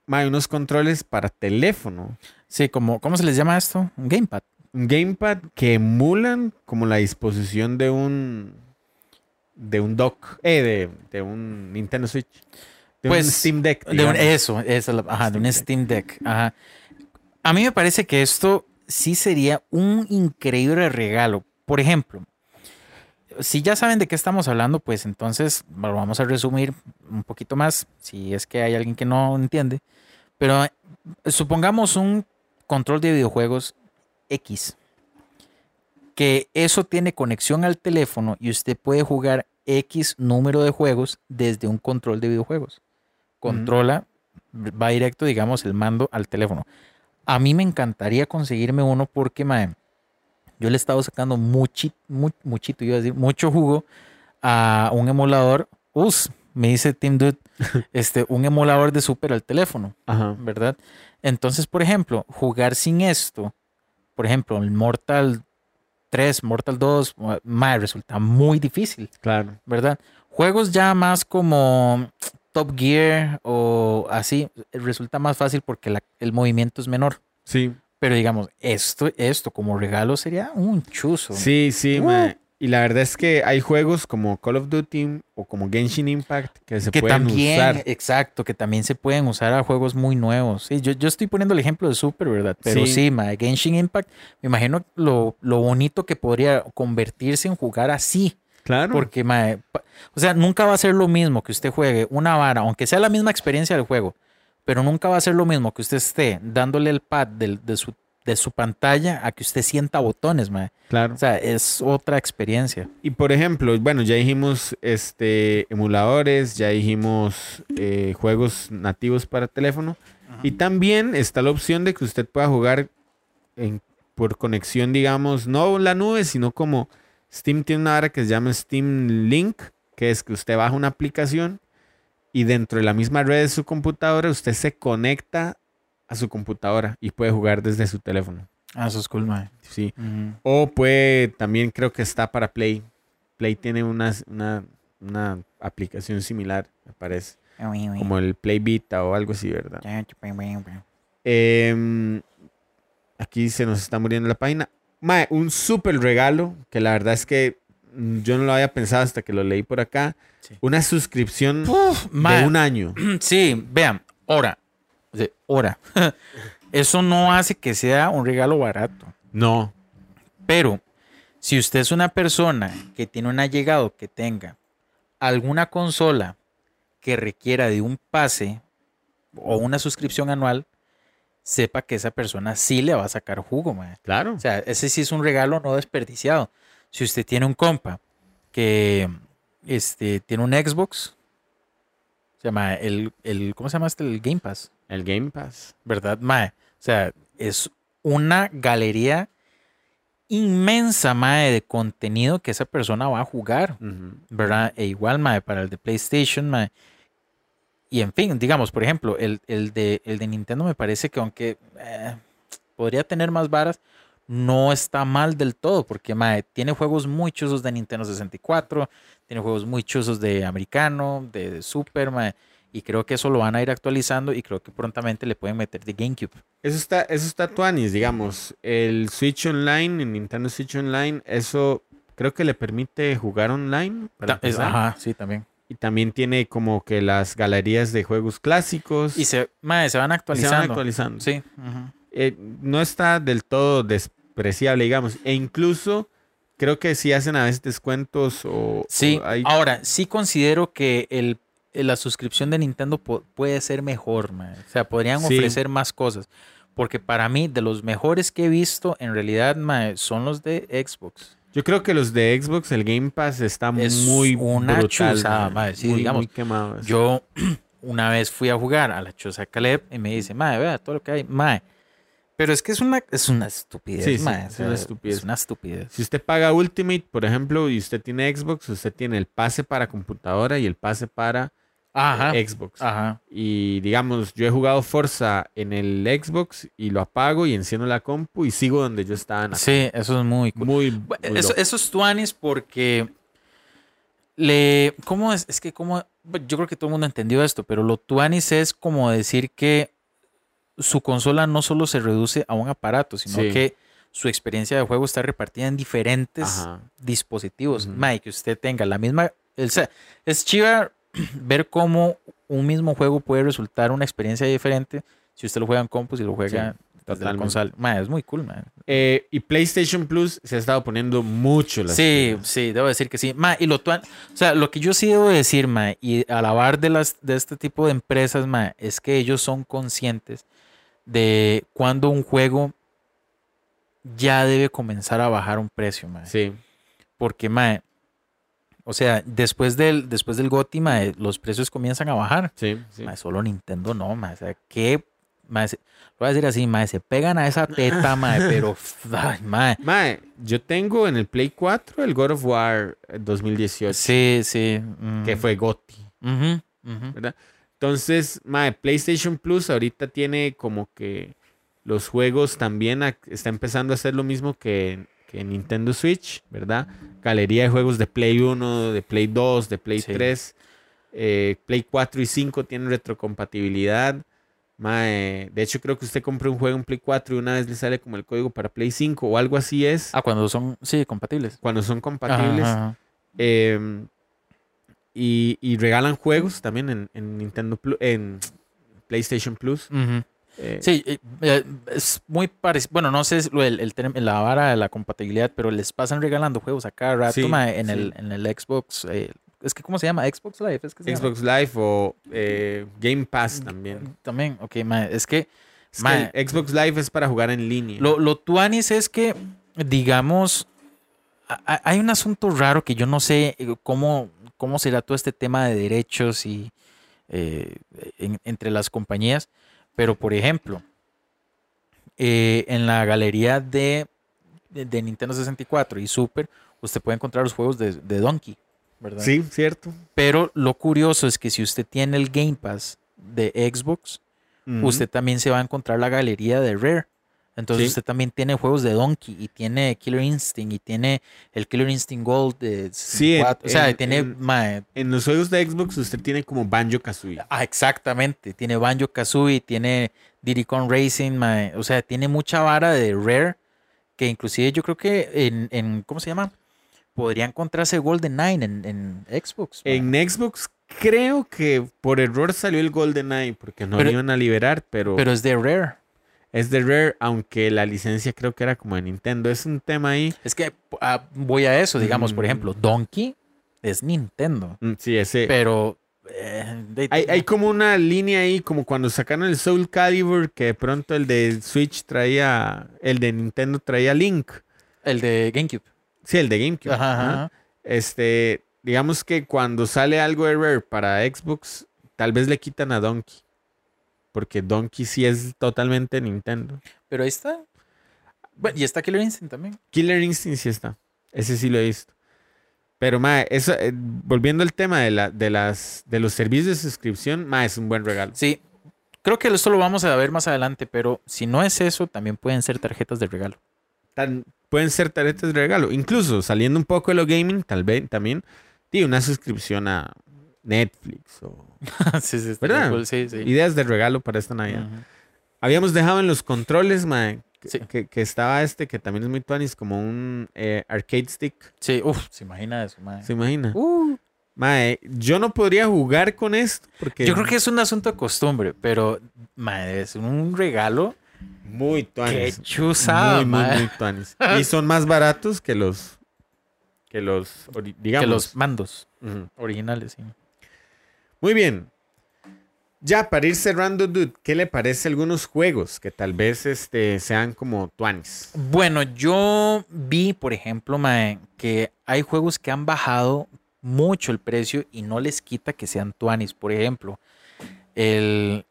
mae, unos controles para teléfono. Sí, como, ¿cómo se les llama esto? Un gamepad. Un gamepad que emulan como la disposición de un de un dock, eh, de, de un Nintendo Switch. De Pues, un Steam Deck. De un- digamos. eso, esa es la- ajá, de un Steam Deck. Ajá. A mí me parece que esto sí sería un increíble regalo. Por ejemplo, si ya saben de qué estamos hablando, pues entonces lo vamos a resumir un poquito más, si es que hay alguien que no entiende. Pero eh, supongamos un control de videojuegos X, que eso tiene conexión al teléfono y usted puede jugar X número de juegos desde un control de videojuegos. Controla, va directo, digamos, el mando al teléfono. A mí me encantaría conseguirme uno porque, mae, yo le he estado sacando muchi, mu- muchito, iba a decir, mucho jugo a un emulador. Us, me dice Tim Dude, este, un emulador de Super al teléfono, Ajá. ¿verdad? Entonces, por ejemplo, jugar sin esto, por ejemplo, el Mortal 3, Mortal 2, mae, resulta muy difícil. Claro. ¿verdad? Juegos ya más como Top Gear o así, resulta más fácil porque la- el movimiento es menor. Sí. Pero digamos, esto, esto como regalo sería un chuzo. Sí, sí, Uh. mae. Y la verdad es que hay juegos como Call of Duty o como Genshin Impact que se que pueden también, usar. exacto, que también se pueden usar a juegos muy nuevos. Sí, yo, yo estoy poniendo el ejemplo de Super, ¿verdad? Pero Sí. sí, mae, Genshin Impact, me imagino lo, lo bonito que podría convertirse en jugar así. Claro. Porque, mae, pa- o sea, nunca va a ser lo mismo que usted juegue una vara, aunque sea la misma experiencia del juego, pero nunca va a ser lo mismo que usted esté dándole el pad del- de, su, de su pantalla a que usted sienta botones, mae. claro. O sea, es otra experiencia. Y por ejemplo, bueno, ya dijimos este emuladores, ya dijimos eh, juegos nativos para teléfono. Y también está la opción de que usted pueda jugar en- por conexión, digamos, no la nube, sino como Steam tiene una área que se llama Steam Link, que es que usted baja una aplicación y dentro de la misma red de su computadora usted se conecta a su computadora y puede jugar desde su teléfono. Ah, eso es cool, mae. Sí. Ujú. O puede, también creo que está para Play. Play tiene unas- una, una aplicación similar, me parece. Como el Play Vita o algo así, ¿verdad? Em, aquí se nos está muriendo la página. Mae, un súper regalo, que la verdad es que mm, yo no lo había pensado hasta que lo leí por acá. Sí. Una suscripción Puf, mae. de un año. Sí, vean, hora. Sí, hora. Eso no hace que sea un regalo barato. No. Pero si usted es una persona que tiene un allegado que tenga alguna consola que requiera de un pase o una suscripción anual, sepa que esa persona sí le va a sacar jugo, mae. Claro. O sea, ese sí es un regalo no desperdiciado. Si usted tiene un compa que este, tiene un Xbox, se llama el, el, ¿cómo se llama este? El Game Pass. El Game Pass. ¿verdad, Mae? O sea, es una galería inmensa, Mae, de contenido que esa persona va a jugar, Ujú. ¿verdad? E igual, Mae, para el de PlayStation, Mae. Y en fin, digamos, por ejemplo, el, el de, el de Nintendo me parece que aunque eh, podría tener más varas, no está mal del todo, porque Mae tiene juegos muy chusos de Nintendo 64, tiene juegos muy chusos de americano, de, de Super, Mae. Y creo que eso lo van a ir actualizando y creo que prontamente le pueden meter de GameCube. Eso está, eso está tuanis, digamos. El Switch Online, el Nintendo Switch Online, eso creo que le permite jugar online. para Ta- es- empezar. Pues, ajá, sí, también. Y también tiene como que las galerías de juegos clásicos. Y se, mae, se van y se van actualizando. actualizando. Sí. ujú. Eh, no está del todo despreciable, digamos. E incluso creo que sí hacen a veces descuentos o... Sí, Ah. o hay- ahora sí considero que el, la suscripción de Nintendo po- puede ser mejor, mae. O sea, podrían Sí. ofrecer más cosas. Porque para mí, de los mejores que he visto, en realidad, mae, son los de Xbox. Yo creo que los de Xbox, el Game Pass está Es muy una brutal. chuzada, man. madre. Sí, muy, digamos, muy quemado eso. Yo una vez fui a jugar a la Choza Caleb y me dice, mae, vea todo lo que hay, mae. Pero es que es una, es una estupidez, Sí, sí, mae. es una estupidez. Es una estupidez. Si usted paga Ultimate, por ejemplo, y usted tiene Xbox, usted tiene el pase para computadora y el pase para Ajá. Ah. eh, Xbox. Ajá. Y digamos, yo he jugado Forza en el Xbox y lo apago y enciendo la compu y sigo donde yo estaba. en la- Sí, eso es muy cool. Muy, Bu- muy Eso, loco. eso es tuanis porque le. ¿Cómo es? Es que como. Yo creo que todo el mundo entendió esto, pero lo tuanis es como decir que su consola no solo se reduce a un aparato, sino Sí. que su experiencia de juego está repartida en diferentes Ajá. dispositivos. Ujú. Mae, que usted tenga la misma. O sea, es chiva ver cómo un mismo juego puede resultar una experiencia diferente si usted lo juega en compus y lo juega desde la Totalmente. consola. Mae, es muy cool, mae. Eh, y PlayStation Plus se ha estado poniendo mucho las Sí, pilas. sí, debo decir que sí. Ma, y lo tuan- o sea, lo que yo sí debo decir, ma, y alabar de las de este tipo de empresas, ma, es que ellos son conscientes de cuando un juego ya debe comenzar a bajar un precio, ma. Sí. Porque, ma, o sea, después del después del GOTY, ma, los precios comienzan a bajar. Sí, sí. Ma, solo Nintendo no, ma, o sea, qué ma, se- lo voy a decir así, ma, se pegan a esa teta, ma, pero ay, ma. Mae, yo tengo en el Play 4 el God of War eh, 2018, Sí, sí. mm. que fue GOTY. Ujú, ujú. Entonces, mae, PlayStation Plus ahorita tiene como que los juegos también ac- está empezando a hacer lo mismo que, que Nintendo Switch, ¿verdad? Galería de juegos de Play 1, de Play 2, de Play Sí. 3, eh, Play 4 y 5 tienen retrocompatibilidad. Mae, de hecho, creo que usted compra un juego en Play 4 y una vez le sale como el código para Play 5 o algo así es. Ah, cuando son, sí, compatibles. Cuando son compatibles. Ajá, ajá. Eh, y, y regalan juegos también en, en Nintendo Plus, en PlayStation Plus. Ujú. Eh, Sí, eh, eh, es muy parecido. Bueno, no sé si lo del- el, término- la vara de la compatibilidad, pero les pasan regalando juegos a cada rato Sí, ma, en, sí. el, en el Xbox. eh, es que, ¿cómo se llama? Xbox Live. Es que se llama? Xbox Live o eh, Game Pass también. También, ok, ma, es que Es Mae. que el Xbox Live es para jugar en línea. Lo, lo tuanis es que, digamos, a- a- hay un asunto raro que yo no sé eh, cómo, cómo será todo este tema de derechos y eh, en- entre las compañías, pero por ejemplo, eh, en la galería de, de, de Nintendo 64 y Super, usted puede encontrar los juegos de, de Donkey, ¿verdad? sí, cierto. Pero lo curioso es que si usted tiene el Game Pass de Xbox, Ujú. usted también se va a encontrar la galería de Rare. Entonces Sí. usted también tiene juegos de Donkey y tiene Killer Instinct y tiene el Killer Instinct Gold de Sí, en- 64. o sea, en- tiene en- mae, En los juegos de Xbox usted tiene como Banjo Kazooie. ah, exactamente, tiene Banjo Kazooie, tiene Diddy Kong Racing, mae, o sea, tiene mucha vara de Rare que inclusive yo creo que en, en- ¿cómo se llama? Podría encontrarse Golden Nine en, en Xbox. mae. En Xbox creo que por error salió el GoldenEye porque no Pero- lo iban a liberar, pero, pero es de Rare. es de Rare, aunque la licencia creo que era como de Nintendo. Es un tema ahí. Es que ah, voy a eso, digamos, por ejemplo, Mm. Donkey es Nintendo. Mm, Sí, ese, Pero. eh, de- Hay, hay como una línea ahí, como cuando sacaron el Soul Calibur, que de pronto el de Switch traía, el de Nintendo traía Link. El de GameCube. Sí, el de GameCube. Ajá, ajá. ajá. Este, digamos que cuando sale algo de Rare para Xbox, tal vez le quitan a Donkey. Porque Donkey sí es totalmente Nintendo. Pero ahí está. Bueno, y está Killer Instinct también. Killer Instinct sí está. Ese sí lo he visto. Pero, mae, eso, eh, volviendo al tema de, la, de, las, de los servicios de suscripción, mae, es un buen regalo. Sí. Creo que esto lo vamos a ver más adelante, pero si no es eso, también pueden ser tarjetas de regalo. tan- pueden ser tarjetas de regalo. Incluso saliendo un poco de lo gaming, tal vez también, di una suscripción a Netflix o sí, sí, ¿Verdad? ¿Verdad? Sí, sí. ideas de regalo para esta Navidad. Ujú. Habíamos dejado en los controles, mae, que, Sí. que- que estaba este, que también es muy tuanis, como un eh, arcade stick. Sí, uff, se imagina eso, madre. ¿Se imagina? Uh, Mae, yo no podría jugar con esto porque yo creo que es un asunto de costumbre, pero, madre, es un regalo. muy Qué tuanis. chusa, Muy, muy, mae. muy tuanis. Y son más baratos que los que los ori- digamos Que los mandos Ujú. originales, sí. Muy bien. Ya para ir cerrando, dude, ¿qué le parece algunos juegos que tal vez este, sean como tuanis? Bueno, yo vi, por ejemplo, mae, que hay juegos que han bajado mucho el precio y no les quita que sean tuanis. Por ejemplo, el.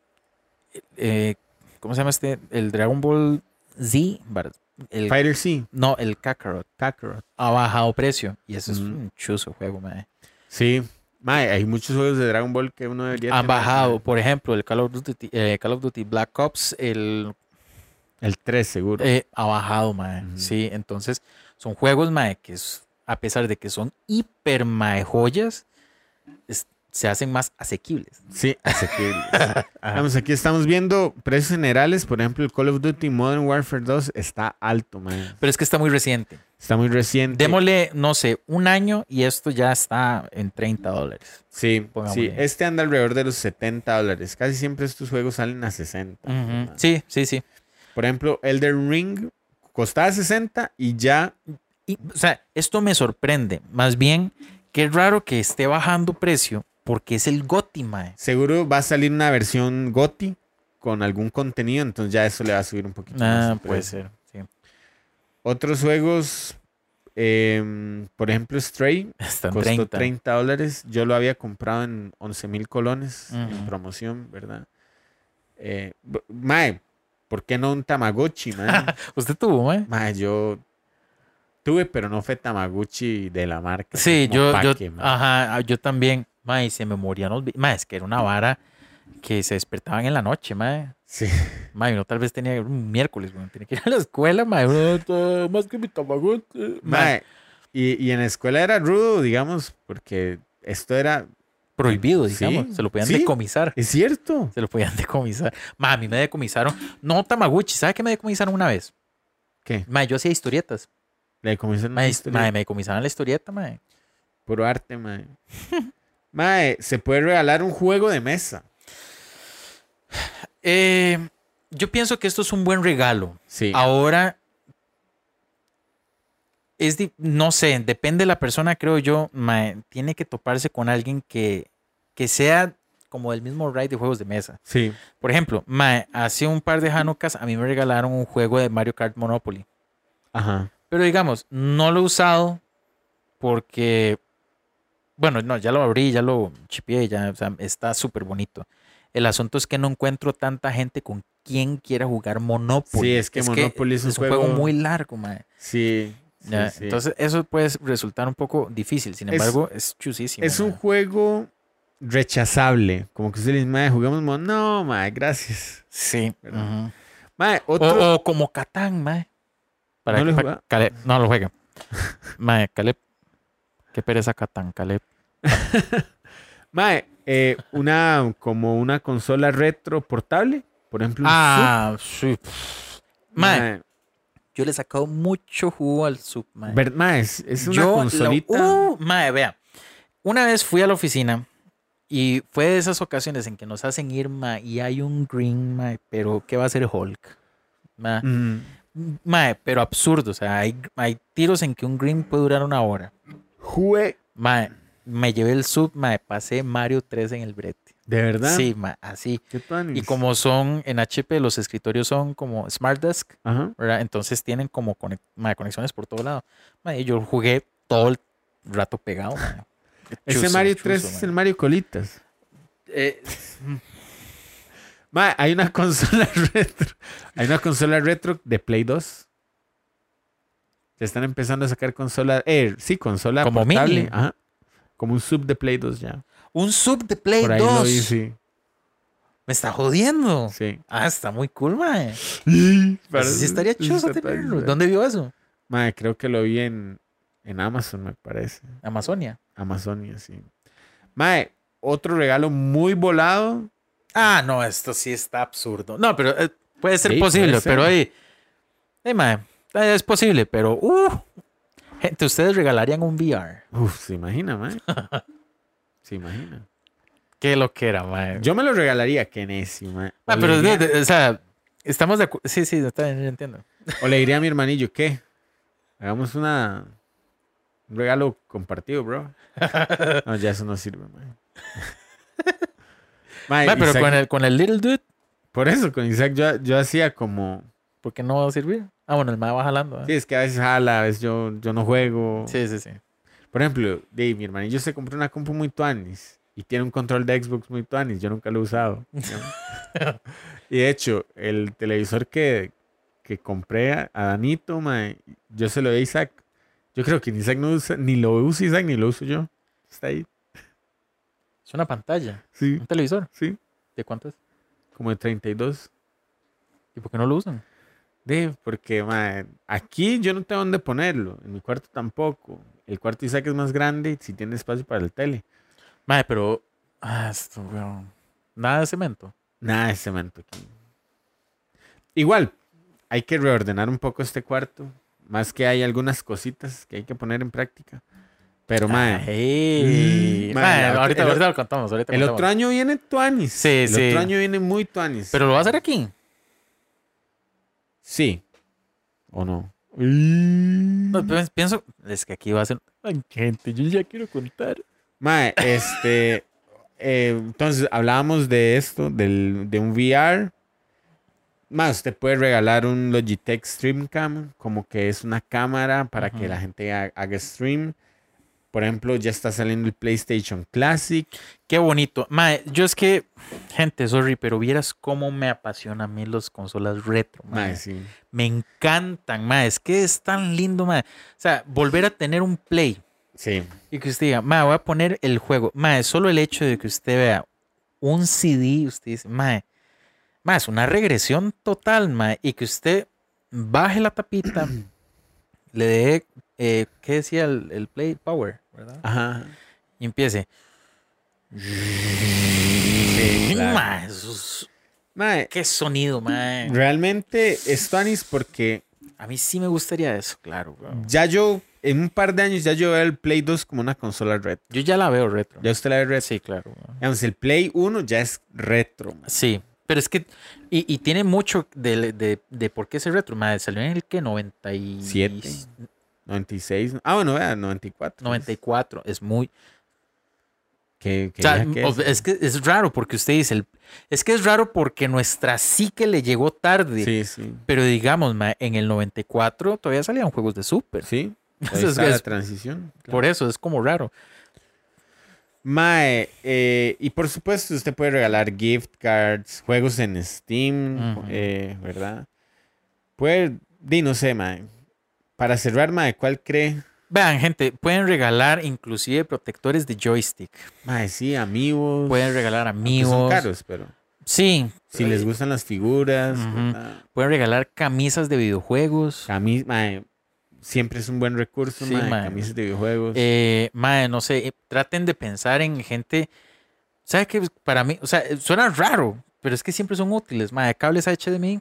eh, ¿Cómo se llama este? El Dragon Ball Z. bar- el- Fighter C, no, el Kakarot. Kakarot. Ha bajado precio y eso es Ujú. un chuzo juego, mae. Sí. Mae, hay muchos juegos de Dragon Ball que uno debería Han tener, bajado, mae. por ejemplo, el Call of Duty, eh, Call of Duty Black Ops, el El 3, seguro. Eh, ha bajado, mae. Ujú. Sí, entonces son juegos, mae, que es, a pesar de que son hiper mae joyas, es- se hacen más asequibles. Sí, asequibles. Vamos, aquí estamos viendo precios generales. Por ejemplo, el Call of Duty Modern Warfare 2 está alto, mae. Pero es que está muy reciente. Está muy reciente. Démosle, no sé, un año y esto ya está en 30 dólares. sí, sí, Pongámosle. este anda alrededor de los 70 dólares. Casi siempre estos juegos salen a 60. mae. Sí, sí, sí. Por ejemplo, Elden Ring costaba 60 y ya Y, o sea, esto me sorprende. Más bien, qué raro que esté bajando precio porque es el GOTY, mae. seguro va a salir una versión GOTI con algún contenido, entonces ya eso le va a subir un poquito más. Ah, el puede precio. ser. sí. Otros juegos, em, por ejemplo, Stray, Están costó 30. 30. dólares. Yo lo había comprado en 11 mil colones en Ujú. promoción, ¿verdad? Eh, b- mae, ¿por qué no un Tamagotchi, mae? Usted tuvo, mae. mae, yo tuve, pero no fue Tamaguchi de la marca. fue Sí, como yo, yo, Paque, mae. ajá, ah, yo también. Mae, se me morían los. vi- Mae, es que era una vara que se despertaban en la noche, mae. Sí. Mae, uno tal vez tenía un miércoles, bueno, tenía que ir a la escuela, mae. uno, todo, más que mi tamagotchi. Mae, Mae, y, y en la escuela era rudo, digamos, porque esto era. prohibido, sí, digamos. se lo podían sí. decomisar. Es cierto. Se lo podían decomisar. Mae, a mí me decomisaron. No Tamaguchi, ¿sabe qué me decomisaron una vez? ¿Qué? Mae, yo hacía historietas. Le comienzan Mae, mae, me decomisaron la historieta, mae. Puro arte, mae. mae, se puede regalar un juego de mesa. Eh, yo pienso que esto es un buen regalo. Sí. Ahora, es di- no sé, depende de la persona, creo yo. mae, tiene que toparse con alguien que, que sea como del mismo raid de juegos de mesa. Sí. Por ejemplo, mae, hace un par de Hanukkahs a mí me regalaron un juego de Mario Kart Monopoly. Ajá. Pero digamos, no lo he usado porque, bueno, no, ya lo abrí, ya lo chipié, ya o sea, está súper bonito. El asunto es que no encuentro tanta gente con quien quiera jugar Monopoly. Sí, es que Monopoly es un juego- muy largo, mae. Sí. sí, Ya, sí. Entonces, eso puede resultar un poco difícil. Sin Es- embargo, es, chusísimo. es un mae. juego rechazable. Como que usted le dice, mae, jugamos. mo-". No, mae, gracias. Sí. ¿verdad? ujú. Mae, O- otro. o, como Catán, mae. ¿No lo pa- juega? Caleb, no lo juega. mae, Caleb. Qué pereza Catán, Caleb. oh. Mae, eh, una, como una consola retro portable. Por ejemplo, un Ah, sí. Sub, Mae, yo le he sacado mucho jugo al sub, mae. Ver- mae, es, es una Yo lo- consolita. uh, mae, vea. Una vez fui a la oficina y fue de esas ocasiones en que nos hacen ir, mae, y hay un green, mae, pero ¿qué va a hacer Hulk? Mae, Mm, mae, pero absurdo, o sea, hay, hay tiros en que un green puede durar una hora. jue- Mae, me llevé el sub, mae, pasé Mario 3 en el brete. De verdad. Sí, mae, así. Qué tuanis. Y como son en HP, los escritorios son como Smart Desk, Ajá. ¿verdad? Entonces tienen como conex- mae, conexiones por todo lado. Mae, yo jugué todo el rato pegado. mae. Ese Chuzo, Mario chuzo, 3 es mae. el Mario Colitas. Eh, Mae, hay una consola retro. Hay una consola retro de Play 2. Ya están empezando a sacar consola. Eh, sí, consola Como portable. mini. Ajá. Como un sub de Play 2 ya. un sub de Play Por ahí 2. lo vi, sí. Me está jodiendo. Sí. Ah, está muy cool, mae. Pero- Eso Pues sí estaría eso chuzo está tuanis, tenerlo. mae. ¿Dónde vio eso? Mae, creo que lo vi en, en Amazon, me parece. Amazonia. Amazonia, sí. Mae, otro regalo muy volado. Ah, no, esto sí está absurdo. No, pero eh, puede ser Sí, posible, puede ser. pero ahí. Eh, mae, eh, es posible, pero. Uh, gente, ustedes regalarían un VR. Uf, se imagina, mae. se imagina. Qué lo que era, mae. Yo me lo regalaría, qué necio, mae. Ah, O pero, le, diría, de- de- o sea, estamos de acuerdo. Sí, sí, está bien, yo entiendo. o le diría a mi hermanillo, ¿qué? Hagamos una... Un regalo compartido, bro. No, ya eso no sirve, mae. Mae, Ma, Ah, pero Ah, Isaac- con el, con el Little Dude, Por eso, con Isaac yo, yo hacía como... ¿por qué no va a servir? Ah, bueno, el mae va jalando. ¿eh? Sí, es que a veces jala, a veces yo, yo no juego. Sí, sí, sí. Por ejemplo, de, mi hermanillo se compró una compu muy tuanis y tiene un control de Xbox muy tuanis. Yo nunca lo he usado. ¿no? y de hecho, el televisor que, que compré a a Danito, mae, yo se lo di a Isaac. Yo creo que ni Isaac no usa, ni lo usa Isaac, ni lo uso yo. Está ahí. Es una pantalla, Sí, un televisor. sí. ¿De cuánto es? Como de 32. ¿Y por qué no lo usan? De, porque, mae, aquí yo no tengo dónde ponerlo. En mi cuarto tampoco. El cuarto de Isaac es más grande y si tiene espacio para el tele. Mae, pero. Ah, esto, weón. Nada de cemento. Nada de cemento aquí. Igual, hay que reordenar un poco este cuarto. Más que hay algunas cositas que hay que poner en práctica. Pero, Ah, mae, hey. Mm, Mae, mae, la- ahorita, el- ahorita lo contamos. Ahorita el contamos. otro año viene Tuanis. Sí, el sí. otro año viene muy Tuanis. Pero lo va a hacer aquí. Sí. ¿O no? Mm. No, pi- pienso, es que aquí va a ser. Ay, gente, yo ya quiero contar. Mae, este. eh, entonces, hablábamos de esto, del, de un VR. Más, usted puede regalar un Logitech Streamcam, como que es una cámara para Ujú. que la gente ha- haga stream. Por ejemplo, ya está saliendo el PlayStation Classic. Qué bonito. Mae, yo es que, gente, sorry, pero vieras cómo me apasiona a mí las consolas retro, mae. Mae, sí. Me encantan, mae. Es que es tan lindo, mae. O sea, volver a tener un play Sí. y que usted diga, mae, voy a poner el juego. Mae, solo el hecho de que usted vea un CD, usted dice, mae, mae, es una regresión total, mae. Y que usted baje la tapita, le dé, eh, ¿qué decía el, el play? Power, ¿verdad? Ajá. Y empiece. Sí, claro. Mae, eso es- Mae, Qué Mm. sonido, mae. realmente es tuanis porque A mí sí me gustaría eso, Mm. claro. weón. ya yo, en un par de años, ya yo veo el Play 2 como una consola retro. Yo ya la veo retro. Ya usted la ve retro. Sí, claro. weón. Digamos, el Play 1 ya es retro. mae. Sí, pero es que. Y, y tiene mucho de, de, de por qué ese retro. Mae, salió en el que 90 y- Siete. 96. Ah, bueno, vea, 94. 94. Es muy. pues, Que, o que sea, ya que o- es- es que es raro porque usted dice. el- es que es raro porque nuestra psique le llegó tarde. Sí, sí. Pero digamos, mae, en el 94 todavía salían juegos de Super. Sí. ahí Eso es está que la es- transición. claro. Por eso es como raro. Mae, eh, y por supuesto, usted puede regalar gift cards, juegos en Steam, Ujú. eh, ¿verdad? Puede, di, no sé, mae. Para cerrar, mae, ¿cuál cree? Vean, gente, pueden regalar inclusive protectores de joystick. Mae, sí, amigos. Pueden regalar que amigos. Son caros, pero Sí. si les gustan las figuras, Ujú. ¿verdad? Pueden regalar camisas de videojuegos. Camis- mae, siempre es un buen recurso, Sí, mae, mae. camisas de videojuegos. Eh, mae, no sé, eh, traten de pensar en gente. ¿Sabes qué? Para mí, o sea, eh, suena raro, pero es que siempre son útiles. Mae, cables HDMI.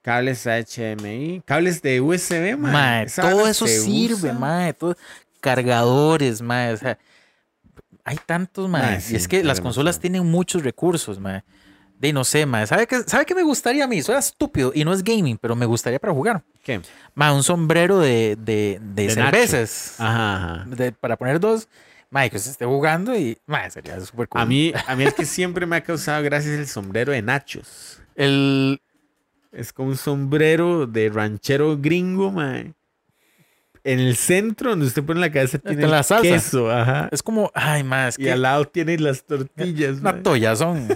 Cables HDMI, cables de USB, mae. Mae, Esa todo vara eso se sirve, usa. mae. todo- cargadores, mae. O sea, hay tantos, mae. Mae, y sí, es que hay las consolas demasiado. tienen muchos recursos, mae. De no sé, mae. ¿Sabe qué, ¿Sabe qué me gustaría a mí? Suena estúpido y no es gaming, pero me gustaría para jugar. ¿Qué? Mae, un sombrero de, de, de, De nacho. Ah. cervezas. Ajá, ajá. de- para poner dos, mae, que se esté jugando y mae, sería súper cool. A mí, a mí el que siempre me ha causado gracias es el sombrero de Nachos. el Es como un sombrero de ranchero gringo, mae. En el centro donde usted pone la cabeza tiene la el salsa. queso, ajá. es como, ay, mae, es Y que al lado tiene las tortillas, mae. una toya son.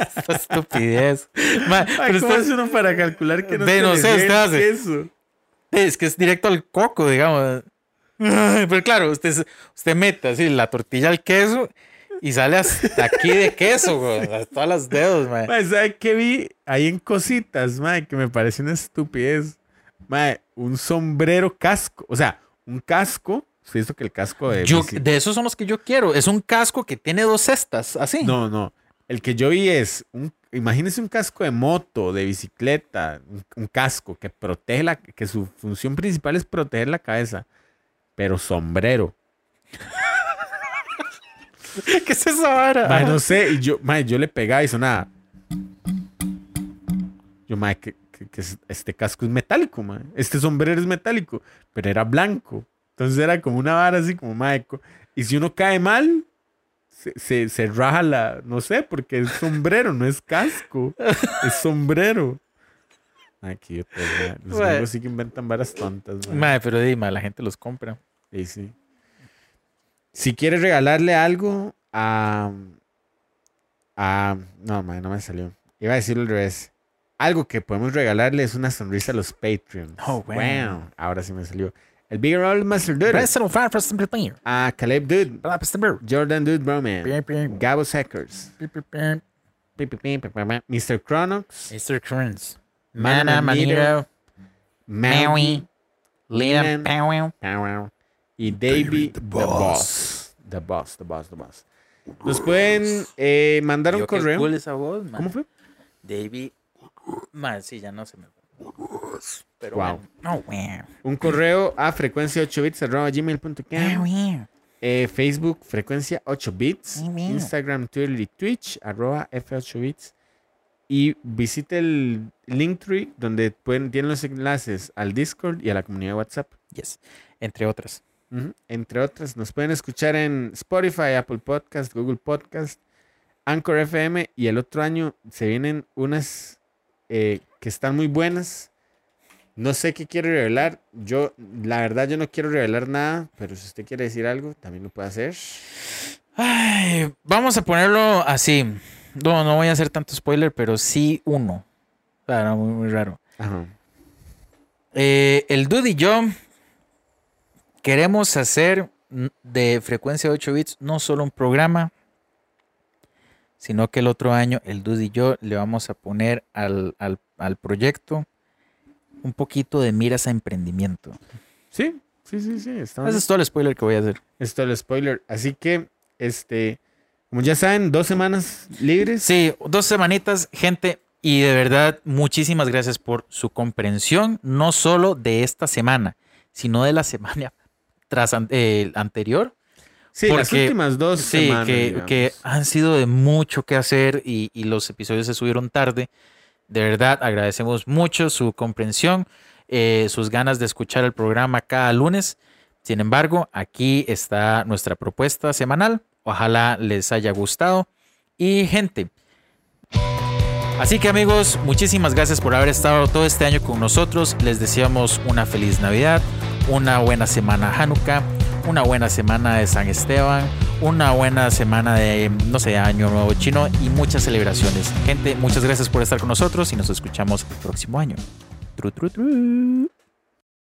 Esta estupidez. Mae, Ay, pero ¿cómo usted- hace uno para calcular que no Ve, se no le sé, ve usted hace. queso? es que es directo al coco, digamos. Pero claro, usted, se- usted mete así la tortilla al queso y sale hasta aquí de queso, güey, hasta los dedos, mae. Mae, ¿sabe qué vi ahí en cositas, mae? Que me pareció una estupidez. Mae, un sombrero casco. O sea, un casco. Usted hizo que el casco de. Yo- bici- de esos son los que yo quiero. Es un casco que tiene dos cestas, así. No, no. El que yo vi es un. Imagínese un casco de moto, de bicicleta, un, un casco que protege la. que su función principal es proteger la cabeza. Pero sombrero. ¿Qué es esa vara? Mae, no sé, y yo, mae, yo le pegaba y sonaba. Yo, mae, que, que- que es- este casco es metálico, mae. Este sombrero es metálico, pero era blanco. Entonces era como una vara así, como, mae. co- Y si uno cae mal, se, se, se raja la, no sé, porque es sombrero, no es casco. Es sombrero. Ay, qué idiota, mae. Los Mae. gringos sí que inventan varas tontas, mae. Mae, pero dime, la gente los compra. Sí, sí. Si quieres regalarle algo a. a no, mae, no me salió. Iba a decirlo al revés. Algo que podemos regalarle es una sonrisa a los Patreons. Oh, bueno. Wow, Ahora sí me salió. El Big Roll Master Dude. Press on fire, press on player. A Caleb Dude. Blah, press the bear. Jordan Dude Broman. Pim, pim, Gabo Sackers. pim, pim, pim. pi, pi, pi, pi, pi, pi, Mr. Cronox. Mr. Kearns. Mana Mana Manito. Maui. Lina Lina. Powell. Pow-wow. Y Davey the, boss. The Boss, The Boss, The Boss. Nos pueden eh, mandar un Yo, qué correo. cool esa voz, man. ¿Cómo fue? David. Man, sí, ya no se me. Pero Wow. bueno. Oh, No, weón. Un correo a frecuencia 8 bits arroba Ah, gmail.com. weón. Eh, Facebook frecuencia 8 bits. Ay, mira. Instagram, Twitter y Twitch arroba f8 bits. y visite el Linktree donde pueden, tienen los enlaces al Discord y a la comunidad de WhatsApp. Yes. Entre otras. Ujú. Entre otras, nos pueden escuchar en Spotify, Apple Podcast, Google Podcast, Anchor FM y el otro año se vienen unas eh, que están muy buenas. No sé qué quiero revelar. Yo, la verdad, yo no quiero revelar nada, pero si usted quiere decir algo, también lo puede hacer. Ay, vamos a ponerlo así. No, no voy a hacer tanto spoiler, pero sí uno. O sea, era muy, muy raro. Ajá. Eh, el Dude y yo queremos hacer n- de frecuencia 8 bits no solo un programa, sino que el otro año el Dude y yo le vamos a poner al, al- al proyecto un poquito de miras a emprendimiento. Sí, sí, sí, sí. estamos- Ese es todo el spoiler que voy a hacer. Esto es el spoiler. Así que, este, como ya saben, dos semanas libres. Sí, dos semanitas, gente. Y de verdad, muchísimas gracias por su comprensión, no solo de esta semana, sino de la semana tras, an- eh, anterior. Sí, las porque- últimas dos Sí, semanas. que, digamos. que han sido de mucho que hacer y, y los episodios se subieron tarde. De verdad, agradecemos mucho su comprensión, eh, sus ganas de escuchar el programa cada lunes. Sin embargo, aquí está nuestra propuesta semanal. Ojalá les haya gustado. Y gente. Así que amigos, muchísimas gracias por haber estado todo este año con nosotros. Les deseamos una feliz Navidad, una buena semana Hanukkah, una buena semana de San Esteban, una buena semana de, no sé, Año Nuevo Chino y muchas celebraciones. Gente, muchas gracias por estar con nosotros y nos escuchamos el próximo año. Tru, tru, tru.